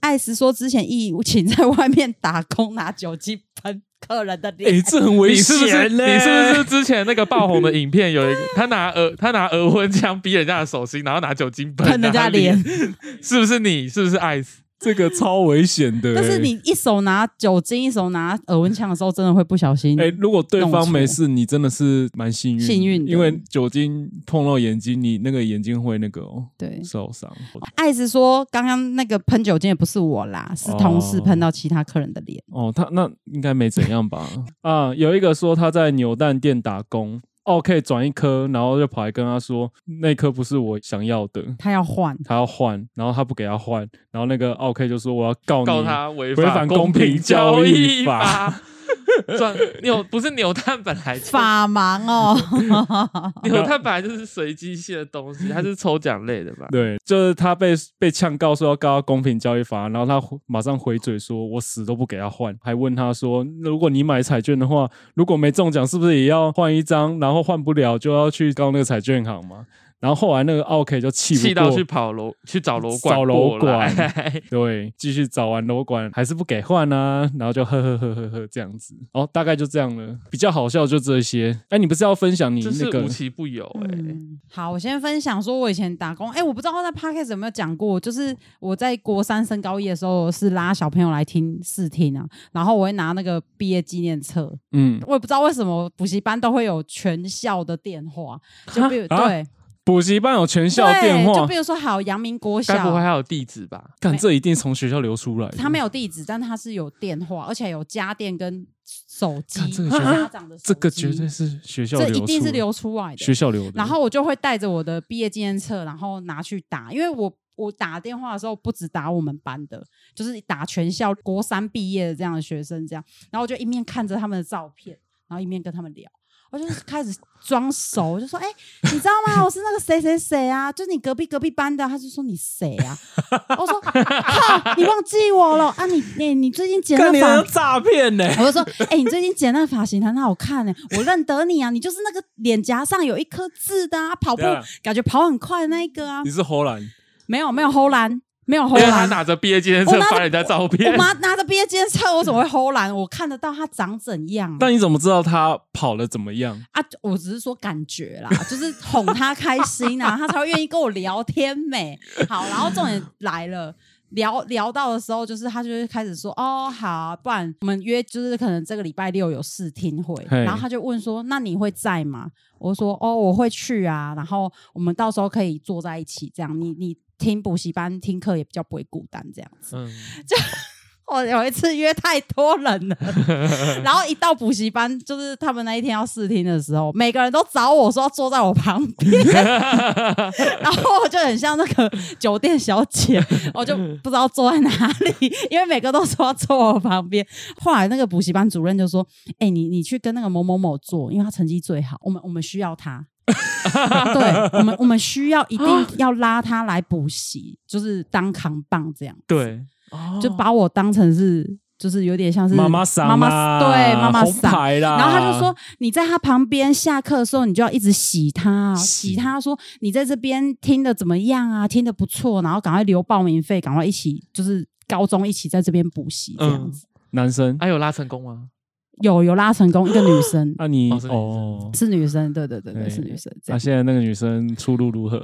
Speaker 1: 哎，
Speaker 2: 艾斯说，之前义务请在外面打工，拿酒精喷客人的
Speaker 3: 哎、
Speaker 2: 脸，
Speaker 3: 这很危
Speaker 1: 你是不是
Speaker 3: 险欸
Speaker 1: 你
Speaker 3: 嘞！
Speaker 1: 是不是之前那个爆红的影片有一个他拿俄他拿俄温枪逼人家的手心，然后拿酒精喷
Speaker 2: 喷人家
Speaker 1: 他
Speaker 2: 脸
Speaker 1: 脸，。是不是你？是不是艾斯？
Speaker 3: 这个超危险的、
Speaker 2: 但是
Speaker 3: 哎
Speaker 2: 你一手拿酒精，一手拿耳温枪的时候，真的会不小心
Speaker 3: 哎、。如果对
Speaker 2: 弄
Speaker 3: 方
Speaker 2: 错
Speaker 3: 没事，你真的是蛮幸运的，
Speaker 2: 幸运的
Speaker 3: 因为酒精碰到眼睛，你那个眼睛会那个、哦、
Speaker 2: 对，
Speaker 3: 受伤。
Speaker 2: 艾斯说，刚刚那个喷酒精也不是我啦，是同事
Speaker 3: 哦
Speaker 2: 喷到其他客人的脸。
Speaker 3: 哦，他那应该没怎样吧？ 啊，有一个说他在扭蛋店打工，哦，可以转一颗，然后就跑来跟他说那颗不是我想要的，
Speaker 2: 他要换，
Speaker 3: 他要换，然后他不给他换，然后那个奥 K 就说我要告你，
Speaker 1: 告他违
Speaker 3: 违反公
Speaker 1: 公
Speaker 3: 平交
Speaker 1: 交
Speaker 3: 易
Speaker 1: 法。转扭不是扭蛋本来就
Speaker 2: 法盲哦，
Speaker 3: 啊
Speaker 1: 扭蛋本来就是随机性的东西，它是抽奖类的吧？
Speaker 3: 对，就是他被被呛告说要告他公平交易法，然后他回马上回嘴说我死都不给他换，还问他说如果你买彩券的话，如果没中奖是不是也要换一张，然后换不了就要去告那个彩券行嘛？然后后来那个奥 K 就气不
Speaker 1: 气
Speaker 3: 过
Speaker 1: 到去跑楼去找楼管
Speaker 3: 找楼
Speaker 1: 过来，
Speaker 3: 管对，继续找完楼管还是不给换啊，然后就呵呵呵呵呵这样子，哦，大概就这样了。比较好笑就这些。哎，你不是要分享你
Speaker 1: 真
Speaker 3: 那
Speaker 1: 是
Speaker 3: 个
Speaker 1: 无？奇不有哎、
Speaker 2: 嗯，好，我先分享说，我以前打工，哎、我不知道在 podcast 有没有讲过，就是我在国三升高一的时候是拉小朋友来听试听啊，然后我会拿那个毕业纪念册，
Speaker 3: 嗯，
Speaker 2: 我也不知道为什么补习班都会有全校的电话，就比如
Speaker 3: 啊
Speaker 2: 对
Speaker 3: 补习班有全校电
Speaker 2: 对，就
Speaker 3: 话
Speaker 2: 比，如说好阳明国
Speaker 1: 该不会
Speaker 2: 小，
Speaker 1: 还有地址吧？
Speaker 3: 干这一定从学校流出来的。
Speaker 2: 他没有地址，但他是有电话，而且有家电跟手机，
Speaker 3: 看这个绝对
Speaker 2: 家长的手机
Speaker 3: 这个绝对是学校
Speaker 2: 嗯这
Speaker 3: 流出，
Speaker 2: 一定是流出来的，
Speaker 3: 学校流的。
Speaker 2: 然后我就会带着我的毕业纪念册，然后拿去打，因为我我打电话的时候不只打我们班的，就是打全校国三毕业的这样的学生这样，然后我就一面看着他们的照片，然后一面跟他们聊。我就是开始装熟，我就说：“哎、你知道吗？我是那个谁谁谁啊，就是你隔壁隔壁班的。”他就说：“你谁啊？” 我说：“靠，你忘记我了啊！你你你最近剪
Speaker 3: 干
Speaker 2: 了
Speaker 3: 你
Speaker 2: 发
Speaker 3: 那诈骗呢？
Speaker 2: 我就说，哎、你最近剪那发型很好看呢、我认得你啊，你就是那个脸颊上有一颗痣的啊，跑步
Speaker 3: 对啊
Speaker 2: 感觉跑很快的那一个啊
Speaker 3: 你，是荷兰，
Speaker 2: 没有没有齁蓝，没有
Speaker 1: 因
Speaker 2: 齁
Speaker 1: 为他
Speaker 2: 蓝。
Speaker 1: 啊拿着毕业纪念
Speaker 2: 我
Speaker 1: 册
Speaker 2: 拿着
Speaker 1: 翻人家照
Speaker 2: 我
Speaker 1: 片，
Speaker 2: 妈拿着毕业纪念册，我怎么会齁蓝？我看得到他长怎样啊、
Speaker 3: 但你怎么知道他跑了怎么样？
Speaker 2: 啊，我只是说感觉啦，就是哄他开心啊，他才会愿意跟我聊天美。好，然后重点来了。聊聊到的时候，就是他就会开始说：“哦，好啊、不然我们约，就是可能这个礼拜六有试听会。”
Speaker 3: 嘿
Speaker 2: 然后他就问说：“那你会在吗？”我就说：“哦，我会去啊。”然后我们到时候可以坐在一起，这样你你听补习班听课也比较不会孤单，这样。
Speaker 1: 嗯，
Speaker 2: 我哦有一次约太多人了，然后一到补习班，就是他们那一天要试听的时候，每个人都找我说要坐在我旁边，然后我就很像那个酒店小姐，我就不知道坐在哪里，因为每个都说要坐我旁边。后来那个补习班主任就说：“哎、你你去跟那个某某某坐，因为他成绩最好，我们我们需要他。”对我们，我们需要一定要拉他来补习，就是当扛棒这样。
Speaker 1: 对，
Speaker 2: 就把我当成是，就是有点像是
Speaker 3: 哦妈妈桑
Speaker 2: 妈妈
Speaker 3: 啊
Speaker 2: 对妈妈
Speaker 3: 红
Speaker 2: 桑。
Speaker 3: 牌啊啦。
Speaker 2: 然后他就说，你在他旁边下课的时候，你就要一直洗他，
Speaker 3: 洗
Speaker 2: 洗他说你在这边听的怎么样啊？听的不错，然后赶快留报名费，赶快一起就是高中一起在这边补习
Speaker 3: 嗯
Speaker 2: 这样子。
Speaker 3: 男生，
Speaker 1: 还、有拉成功吗？
Speaker 2: 有有拉成功一个女 生
Speaker 3: 那啊你
Speaker 1: 哦是女生
Speaker 3: 哦，
Speaker 2: 是女生，对对对对
Speaker 3: 对
Speaker 2: 是女生这
Speaker 3: 那
Speaker 2: 样。
Speaker 3: 现在那个女生出路如何？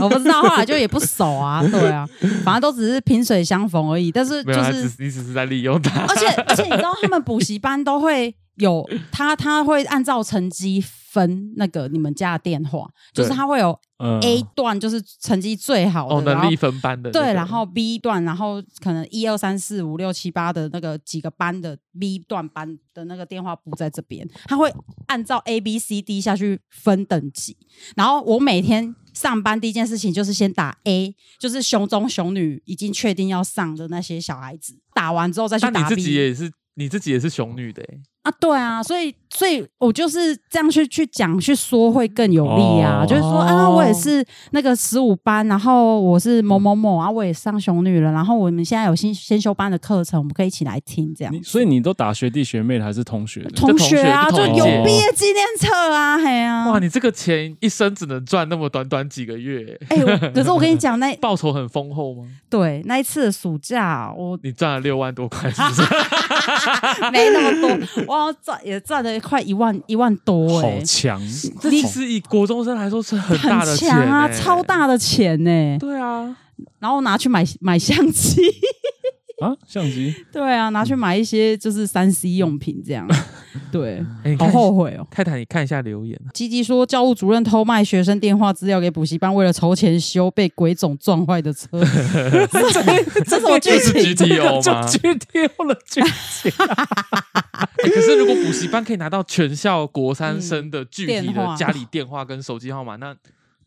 Speaker 2: 我不知道，后来就也不熟啊，对啊，反正都只是萍水相逢而已。但是
Speaker 1: 没
Speaker 2: 就
Speaker 1: 有，他
Speaker 2: 是
Speaker 1: 只是你只是在利用他。
Speaker 2: 而且而且你知道他们补习班都会有他他会按照成绩分那个你们家的电话，就
Speaker 1: 对
Speaker 2: 是他会有
Speaker 3: 嗯
Speaker 2: A 段就是成绩最好的，
Speaker 1: 哦，
Speaker 2: 然
Speaker 1: 能
Speaker 2: 后
Speaker 1: 力分班的那个、
Speaker 2: 对，然后 B 段，然后可能一二三四五六七八的那个几个班的 B 段班的那个电话簿在这边，他会按照 A B C D 下去分等级。然后我每天上班第一件事情就是先打 A，就是熊中熊女已经确定要上的那些小孩子，打完之后再去
Speaker 1: 但你
Speaker 2: 打 B。
Speaker 1: 自己也是，你自己也是熊女的、欸，
Speaker 2: 啊，对啊，所以所以我就是这样去去讲去说会更有力啊，
Speaker 3: 哦
Speaker 2: 就是说啊，我也是那个十五班，然后我是某某某啊，我也上熊女了，然后我们现在有先先修班的课程，我们可以一起来听这样
Speaker 3: 你。所以你都打学弟学妹的还是同学的？
Speaker 2: 同学啊，
Speaker 1: 就
Speaker 2: 就
Speaker 1: 同
Speaker 3: 学
Speaker 2: 有毕业纪念册啊，嘿啊，
Speaker 1: 哇，你这个钱一生只能赚那么短短几个月、欸
Speaker 2: 哎、我可是我跟你讲，那
Speaker 1: 报酬很丰厚吗？
Speaker 2: 对那一次的暑假， 我
Speaker 1: 你赚了六万多块，是不
Speaker 2: 啊
Speaker 1: 是？
Speaker 2: 没那么多，我好像赚也赚了快一万一万多哎、
Speaker 3: 好强，
Speaker 1: 这其实以国中生来说是很大的
Speaker 2: 很
Speaker 1: 钱、
Speaker 2: 强啊，
Speaker 1: 欸
Speaker 2: 超。大哦的钱呢、
Speaker 1: 对啊，
Speaker 2: 然后拿去买买相机。
Speaker 3: 啊！相机
Speaker 2: 对啊，拿去买一些就是三 C 用品这 样。对，
Speaker 1: 哎你
Speaker 2: 嗯好
Speaker 1: 看
Speaker 2: 后悔哦。
Speaker 1: 泰坦，你看一下留言，
Speaker 2: 吉吉说，教务主任偷卖学生电话资料给补习班，为了筹钱修被鬼总撞坏的 车。这什么剧
Speaker 1: 这是
Speaker 2: 情？
Speaker 1: GTO
Speaker 3: 就
Speaker 1: 吗？
Speaker 3: GTO 了，剧
Speaker 1: 欸可是如果补习班可以拿到全校国三生的具体
Speaker 2: 电话
Speaker 1: 的家里电话跟手机号码，那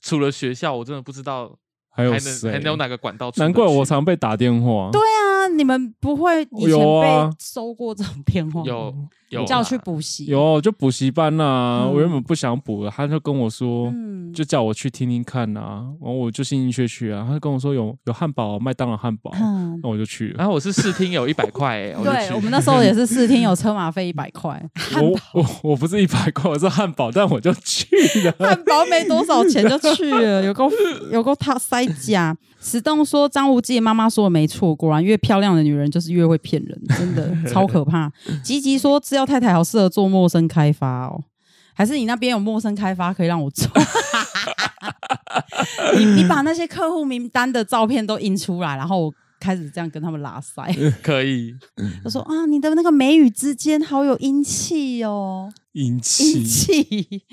Speaker 1: 除了学校，我真的不知道
Speaker 3: 还
Speaker 1: 还
Speaker 3: 有
Speaker 1: 能还
Speaker 3: 谁？
Speaker 1: 能有哪个管道出得去？
Speaker 3: 难怪我常被打电话。
Speaker 2: 对啊，你们不会以前
Speaker 3: 有啊
Speaker 2: 被收过这种骗话吗？
Speaker 1: 有有
Speaker 2: 叫
Speaker 1: 啦
Speaker 2: 去补习，
Speaker 3: 有就补习班呐、啊
Speaker 2: 嗯
Speaker 3: 我原本不想补了，他就跟我说。
Speaker 2: 嗯，
Speaker 3: 就叫我去听听看呐、然后我就兴兴趣趣啊。他就跟我说有有汉堡，麦当劳汉堡，
Speaker 2: 嗯。
Speaker 3: 那我就去了。
Speaker 1: 啊然后我是试听有一百块哎，我就
Speaker 2: 对
Speaker 1: 去
Speaker 2: 我们那时候也是试听有车马费一百块，
Speaker 3: 我我我不是一百块，我是汉堡，但我就去了。
Speaker 2: 汉堡没多少钱就去了，有够 有够他塞假。石栋说张无忌的妈妈说的没错，果然越漂亮的女人就是越会骗人，真的超可怕。吉吉说制药太太好适合做陌生开发哦。还是你那边有陌生开发可以让我做？ 你你把那些客户名单的照片都印出来，然后我开始这样跟他们拉塞。
Speaker 1: 可 以，
Speaker 2: 他说啊，你的那个眉宇之间好有英气哦，
Speaker 3: 引
Speaker 2: 英
Speaker 3: 起，
Speaker 2: 气。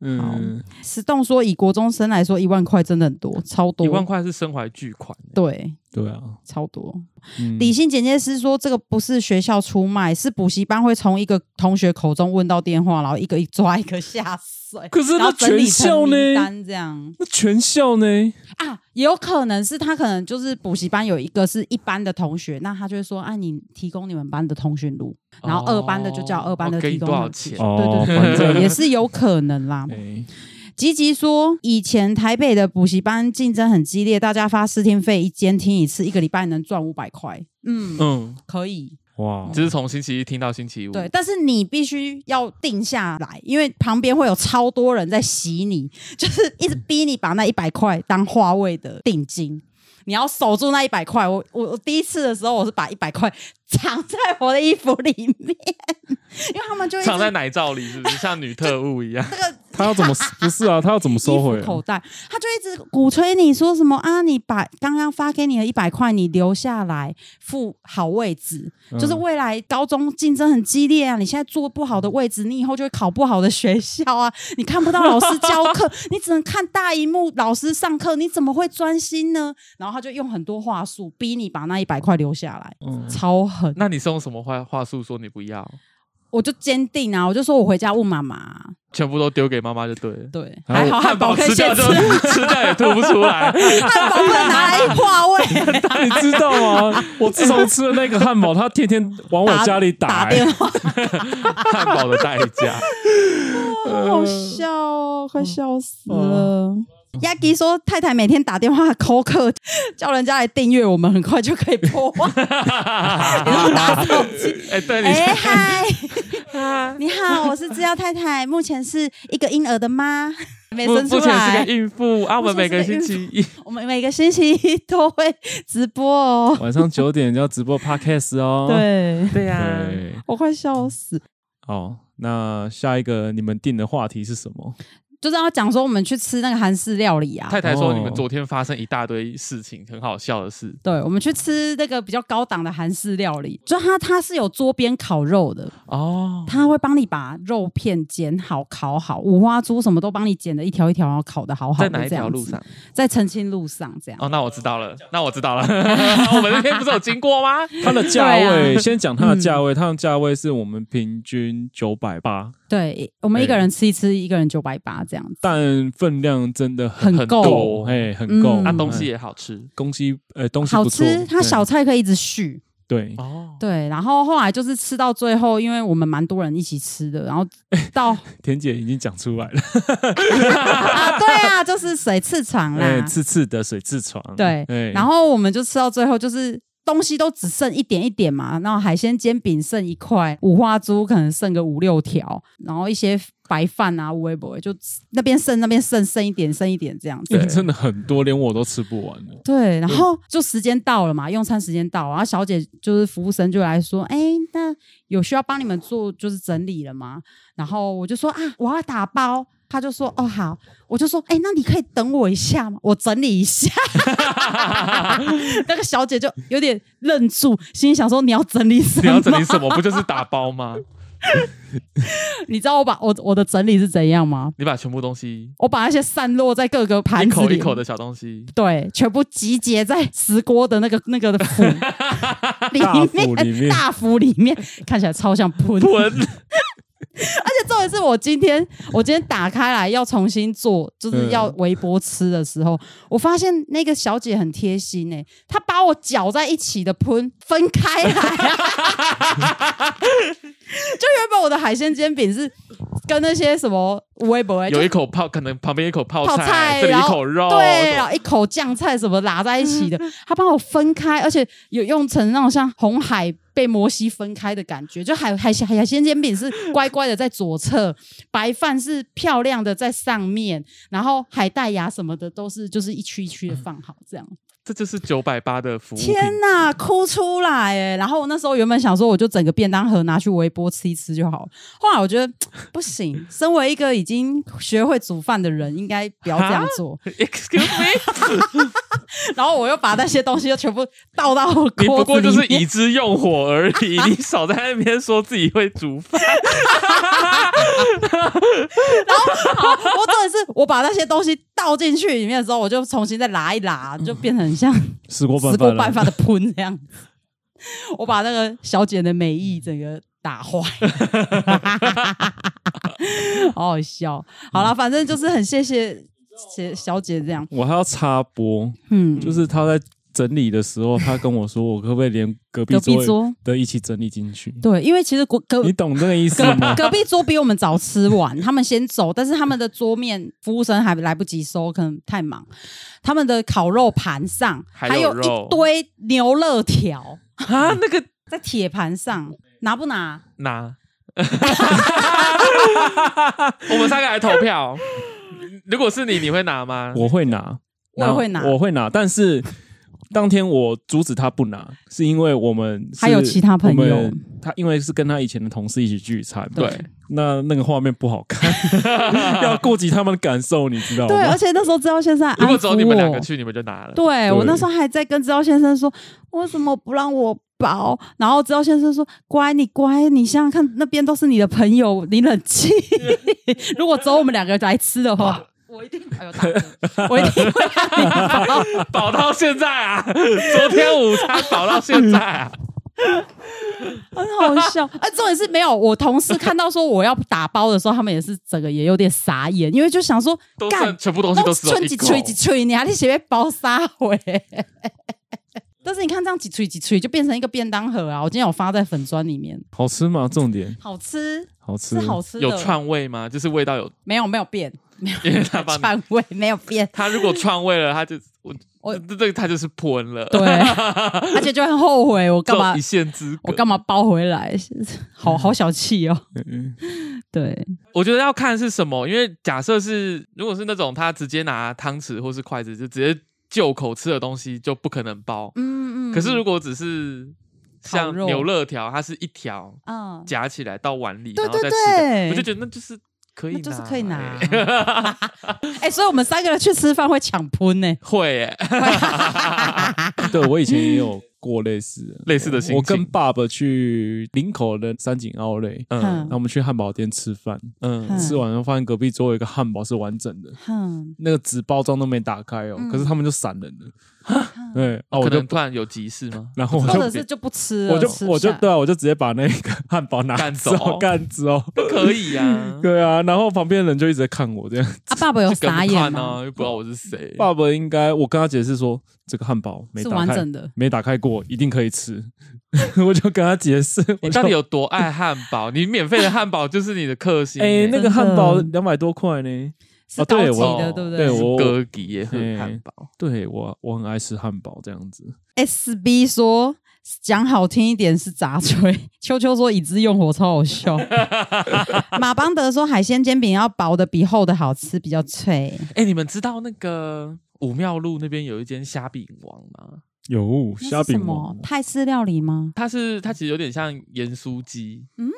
Speaker 3: 嗯，
Speaker 2: 石栋说，以国中生来说，一万块真的很多，超多，
Speaker 1: 一万块是身怀巨款欸，
Speaker 2: 对，
Speaker 3: 对啊，
Speaker 2: 超多。
Speaker 3: 嗯
Speaker 2: 理性剪接师说，这个不是学校出卖，是补习班会从一个同学口中问到电话，然后一个一抓，一个下水。
Speaker 3: 可是那
Speaker 2: 然后整理
Speaker 3: 全校
Speaker 2: 成
Speaker 3: 呢
Speaker 2: 名单这样
Speaker 3: 那全校呢？
Speaker 2: 啊，也有可能是他可能就是补习班有一个是一班的同学，那他就会说，啊，你提供你们班的通讯录，然后二班的就叫二班的
Speaker 1: 哦给
Speaker 2: 提
Speaker 1: 你
Speaker 2: 供
Speaker 1: 多少
Speaker 2: 通讯
Speaker 1: 钱
Speaker 2: 录？对对对
Speaker 3: 反
Speaker 2: 对，
Speaker 3: 正
Speaker 2: 对也是有可能啦。
Speaker 3: 哎，
Speaker 2: 吉吉说，以前台北的补习班竞争很激烈，大家发试听费，一间听一次，一个礼拜能赚五百块。嗯，
Speaker 3: 嗯，
Speaker 2: 可以。
Speaker 3: 哇，
Speaker 1: 只是从星期一听到星期五，
Speaker 2: 对，，但是你必须要定下来，因为旁边会有超多人在洗你， 就是一直逼你把那一百块当话位的定金。你要守住那一百块。我我我第一次的时候，我是把一百块藏在我的衣服里面， 因为他们就一直
Speaker 1: 藏在奶罩里是不是像女特务一 样？
Speaker 2: 这个
Speaker 3: 他要怎么不是啊？他要怎么收回
Speaker 2: 衣
Speaker 3: 啊
Speaker 2: 服？口袋，他就一直鼓吹你说什么啊？你把刚刚发给你的一百块，你留下来付好位置，
Speaker 3: 嗯
Speaker 2: 就是未来高中竞争很激烈啊！你现在坐不好的位置，你以后就会考不好的学校啊！你看不到老师教课， 你只能看大荧幕老师上课，你怎么会专心呢？然后他就用很多话术逼你把那一百块留下来，
Speaker 3: 嗯
Speaker 2: 超狠！
Speaker 1: 那你是用什么话话术说你不要？
Speaker 2: 我就坚定啊，我就说我回家问妈妈，
Speaker 1: 全部都丢给妈妈就对了。
Speaker 2: 对，
Speaker 3: 然后
Speaker 2: 还好汉堡可以
Speaker 1: 吃
Speaker 2: 现
Speaker 1: 掉
Speaker 2: 吃
Speaker 1: 就，吃掉也吐不出 来，
Speaker 2: 汉堡不能拿来化位。
Speaker 3: 你知道吗？我自从吃了那个汉堡，他天天往我家里
Speaker 2: 打
Speaker 3: 打、欸
Speaker 2: 电 话，
Speaker 1: 汉堡的代价。
Speaker 2: 好笑哦，快笑死了。嗯亚迪说：“太太每天打电话 call 客， 叫人家来订阅，我们很快就可以破万。打手机，
Speaker 1: 哎，对你
Speaker 2: 哎嗨，你好，我是制药太太，目前是一个婴儿的妈，没
Speaker 1: 目
Speaker 2: 生出
Speaker 1: 目前是
Speaker 2: 来
Speaker 1: 个。孕妇，啊，我们
Speaker 2: 目
Speaker 1: 每
Speaker 2: 前
Speaker 1: 个
Speaker 2: 是个
Speaker 1: 星期一
Speaker 2: 我们每个星期一都会直播哦。
Speaker 3: 欸 晚上九点要直播 podcast 哦。
Speaker 2: 对
Speaker 1: 对呀，
Speaker 3: 对，
Speaker 2: 我快笑死，
Speaker 3: 好，那下一个你们定的话题是什么？
Speaker 2: 就是要讲说我们去吃那个韩式料理啊。”
Speaker 1: 太太说
Speaker 3: 哦
Speaker 1: 你们昨天发生一大堆事情，很好笑的事。
Speaker 2: 对，我们去吃那个比较高档的韩式料理，就它它是有桌边烤肉的，
Speaker 1: 哦，
Speaker 2: 他会帮你把肉片剪好、烤好，五花猪什么都帮你剪的一条一条，然后烤的好好
Speaker 1: 在
Speaker 2: 的。
Speaker 1: 哪一条路上？？
Speaker 2: 在澄清路上这样。
Speaker 1: 哦，那我知道 了，那我知道了。 我们那天不是有经过吗？
Speaker 3: 它的价位，
Speaker 2: 对啊
Speaker 3: 先讲它的价位，它的价位是我们平均九百八，
Speaker 2: 对，我们一个人吃一吃，一个人九百八这样子，
Speaker 3: 但分量真的 很
Speaker 2: 很够
Speaker 3: 够，哎，很够。
Speaker 2: 嗯
Speaker 1: 那
Speaker 2: 啊
Speaker 1: 东西也好吃
Speaker 3: 东西呃东西
Speaker 2: 好
Speaker 3: 不错
Speaker 2: 吃。，它
Speaker 3: 对
Speaker 2: 小菜可以一直续。
Speaker 3: 对，
Speaker 1: 哦。
Speaker 2: 对，然后后来就是吃到最后，因为我们蛮多人一起吃的，然后到
Speaker 3: 田姐已经讲出来了，
Speaker 2: 啊，对啊，就是水翅肠
Speaker 3: 哎，
Speaker 2: 啦。
Speaker 3: 刺刺的水痔疮，
Speaker 2: 啊对
Speaker 3: 哎，
Speaker 2: 然后我们就吃到最后，就是东西都只剩一点一点嘛，然后海鲜煎饼剩一块，五花猪可能剩个五六条，然后一些白饭啊、微博就那边剩那边剩剩一点剩一点这样子。
Speaker 3: 因为真的很多，连我都吃不完 了。
Speaker 2: 对，然后就时间到了嘛，用餐时间到了，然后小姐就是服务生就来说：“哎，那有需要帮你们做就是整理了吗？”然后我就说：“啊，我要打包。”她就说：“哦，好。”我就说：“哎，那你可以等我一下吗？我整理一下。” 那个小姐就有点愣住，心里想说：“你要整理什
Speaker 1: 你
Speaker 2: 么？
Speaker 1: 要整理什么？不就是打包吗？
Speaker 2: 你知道我把我我的整理是怎样吗？
Speaker 1: 你把全部东西
Speaker 2: 我把那些散落在各个
Speaker 1: 一
Speaker 2: 盘子
Speaker 1: 口
Speaker 2: 里
Speaker 1: 一口的小东西，
Speaker 2: 对，全部集结在石锅的那个那个的 釜里
Speaker 3: 大
Speaker 2: 面，
Speaker 3: 釜里面
Speaker 2: 大釜里面看起来超像喷。
Speaker 1: 闻
Speaker 2: 且重点是我今天我今天打开来要重新做，就是要微波吃的时
Speaker 3: 嗯
Speaker 2: 候，我发现那个小姐很贴心诶、她把我搅在一起的喷分开来、 就原本我的海鲜煎饼是跟那些什么微博哎
Speaker 1: 有一口泡，可能旁边一口泡
Speaker 2: 泡
Speaker 1: 哦
Speaker 2: 菜
Speaker 1: 这里一
Speaker 2: 然后
Speaker 1: 口肉，
Speaker 2: 对，嗯
Speaker 1: 什
Speaker 2: 然
Speaker 1: 么
Speaker 2: 后一口酱菜什么拉在一起的，他帮我分开，而且有用成那种像红海被摩西分开的感觉，就海海鲜海鲜煎饼是乖乖的在左侧，白饭是漂亮的在上面，然后海带芽什么的都是就是一区一区的放好这样。
Speaker 1: 这就是九百八的服务品。
Speaker 2: 天呐，哭出来哎！然后我那时候原本想说，我就整个便当盒拿去微波吃一吃就好了。后来我觉得不行，身为一个已经学会煮饭的人，应该不要这样做。
Speaker 1: Excuse me，
Speaker 2: 然后我又把那些东西又全部倒到锅 子
Speaker 1: 你
Speaker 2: 里面，
Speaker 1: 不过就是已知用火而 已，你少在那边说自己会煮饭。
Speaker 2: 好我真的是我把那些东西倒进去里面的时候，我就重新再拉一拉，就变成 像
Speaker 3: 石锅拌
Speaker 2: 石锅
Speaker 3: 饭了啊
Speaker 2: 拌饭的喷这样。我把那个小姐的美意整个打坏， 好好笑。好了，反正就是很谢谢谢小姐这样，
Speaker 3: 我还要插播，
Speaker 2: 嗯，
Speaker 3: 就是他在整理的时候，他 跟我说，我可不可以连隔壁
Speaker 2: 隔壁
Speaker 3: 桌
Speaker 2: 桌
Speaker 3: 的一起整理进去？
Speaker 2: 对，因为其实隔隔
Speaker 3: 你懂这个意思 吗？
Speaker 2: 隔壁桌比我们早吃完，他们先走，但是他们的桌面服务生还来不及收，可能太忙。他们的烤肉盘上
Speaker 1: 还
Speaker 2: 还
Speaker 1: 有
Speaker 2: 有
Speaker 1: 肉
Speaker 2: 一堆牛肋条
Speaker 1: 啊，那个
Speaker 2: 在铁盘上，拿不拿？
Speaker 1: 拿， 我们三个来投票。如果是你，你会拿吗？
Speaker 3: 我会拿，
Speaker 2: 我也会拿，
Speaker 3: 我会拿，但是当天我阻止他不拿，是因为我们是
Speaker 2: 还有其他朋友
Speaker 3: 我们他因为是跟他以前的同事一起聚餐，
Speaker 1: 对，
Speaker 3: 那那个画面不好 看，要顾及他们的感受，你知道
Speaker 2: 对，啊而
Speaker 3: 吗？
Speaker 2: 且那时候知道先生还
Speaker 1: 如果
Speaker 2: 安哦
Speaker 1: 只
Speaker 2: 抚
Speaker 1: 有你们两
Speaker 2: 我
Speaker 1: 个去，你们就拿了。
Speaker 2: 对我那
Speaker 3: 对
Speaker 2: 时候还在跟知道先生说，为什么不让我包？然后知道先生说，乖，你乖，你想想看，那边都是你的朋友，你冷静。如果只有我们两个来吃的话，我一定，哎呦，打嗝 我一定会让你包。
Speaker 1: 保到现在啊，昨天午餐保到现在啊，
Speaker 2: 很好笑。啊，重点是没有，我同事看到说我要打包的时候，他们也是整个也有点傻眼，因为就想说
Speaker 1: 都，剩
Speaker 2: 干，
Speaker 1: 全部东西都是
Speaker 2: 吹几吹几吹，你还得写被包杀回。 但是你看这样几吹几吹，就变成一个便当盒啊！我今天有发在粉砖里面，
Speaker 3: 好吃吗？重点
Speaker 2: 好吃
Speaker 3: 好吃
Speaker 2: 是，好吃的，
Speaker 1: 有串味吗？就是味道有，
Speaker 2: 没有没有变，没有
Speaker 1: 因为 他把
Speaker 2: 串味没有 变，
Speaker 1: 他如果串味了，他就我
Speaker 2: 我
Speaker 1: 这这个他就是喷了，
Speaker 2: 对，而且就很后悔，我干
Speaker 1: 这
Speaker 2: 嘛
Speaker 1: 种一线之
Speaker 2: 我
Speaker 1: 隔。
Speaker 2: 干嘛包回来，
Speaker 3: 嗯
Speaker 2: 好好小气哦。 对，
Speaker 1: 我觉得要看是什么，因为假设是如果是那种他直接拿汤匙或是筷子就直接就口吃的东西，就不可能包。
Speaker 2: 嗯嗯。
Speaker 1: 可是如果只是像
Speaker 2: 烤肉
Speaker 1: 牛肋条，它是一条
Speaker 2: 嗯，
Speaker 1: 夹起来到碗里，
Speaker 2: 对
Speaker 1: 然后再
Speaker 2: 对
Speaker 1: 吃的，
Speaker 2: 对
Speaker 1: 我就觉得那就是可以
Speaker 2: 那
Speaker 1: 拿，
Speaker 2: 就是可以拿
Speaker 1: 欸
Speaker 2: 哎、所以我们三个人去吃饭会抢喷呢。
Speaker 1: 会欸，
Speaker 3: 对我以前也有过类似的
Speaker 1: 类似的心情
Speaker 3: 我跟爸爸去林口的三井奥莱，
Speaker 1: 嗯
Speaker 2: 嗯
Speaker 3: 那我们去汉堡店吃饭，
Speaker 1: 嗯
Speaker 2: 嗯
Speaker 3: 吃完后发现隔壁桌有一个汉堡是完整的，
Speaker 2: 哼，
Speaker 3: 那个纸包装都没打开哦，
Speaker 2: 嗯
Speaker 3: 可是他们就闪人了。 对，啊，我
Speaker 1: 可
Speaker 3: 就
Speaker 1: 能突然有急事吗？
Speaker 3: 然后我
Speaker 2: 或者
Speaker 3: 就是
Speaker 2: 就不吃了，
Speaker 3: 我
Speaker 2: 吃
Speaker 3: 就
Speaker 2: 不
Speaker 3: 我就
Speaker 2: 下
Speaker 3: 对啊，我就直接把那个汉堡拿
Speaker 1: 干走
Speaker 3: 走， 干走。，
Speaker 1: 不可以啊
Speaker 3: 对啊，然后旁边的人就一直在看我这样。
Speaker 2: 啊，爸爸 有
Speaker 1: 跟
Speaker 2: 傻
Speaker 1: 不看啊
Speaker 2: 眼
Speaker 1: 呢
Speaker 2: 吗？，
Speaker 1: 又不知道我是谁。
Speaker 3: 爸爸应该，我跟他解释说，这个汉堡没
Speaker 2: 是
Speaker 3: 打
Speaker 2: 完
Speaker 3: 开
Speaker 2: 整，的，
Speaker 3: 没打开过，一定可以吃。 我就跟他解释，我
Speaker 1: 你
Speaker 3: 就
Speaker 1: 到底有多爱汉堡？你免费的汉堡就是你的克星
Speaker 3: 哎
Speaker 1: 欸。
Speaker 3: 那
Speaker 2: 真
Speaker 3: 个
Speaker 2: 的
Speaker 3: 汉堡两百多块呢。
Speaker 2: 是
Speaker 3: 哦
Speaker 2: 高
Speaker 3: 对
Speaker 2: 级
Speaker 3: 我
Speaker 2: 的，对不
Speaker 3: 对
Speaker 2: 对
Speaker 3: 我
Speaker 1: 哥吉也很汉堡，
Speaker 3: 对我我很爱吃汉堡这样子。
Speaker 2: ？S B 说讲好听一点是杂吹， 秋秋说已知用火超好 笑，马邦德说海鲜煎饼要薄的比厚的好吃，比较脆。
Speaker 1: 哎、你们知道那个武庙路那边有一间虾饼王吗？
Speaker 3: 有
Speaker 2: 那
Speaker 3: 虾
Speaker 2: 是什
Speaker 3: 饼
Speaker 2: 么
Speaker 3: 王，
Speaker 2: 泰式料理吗？
Speaker 1: 它是它其实有点像盐酥鸡，嗯
Speaker 2: 嗯，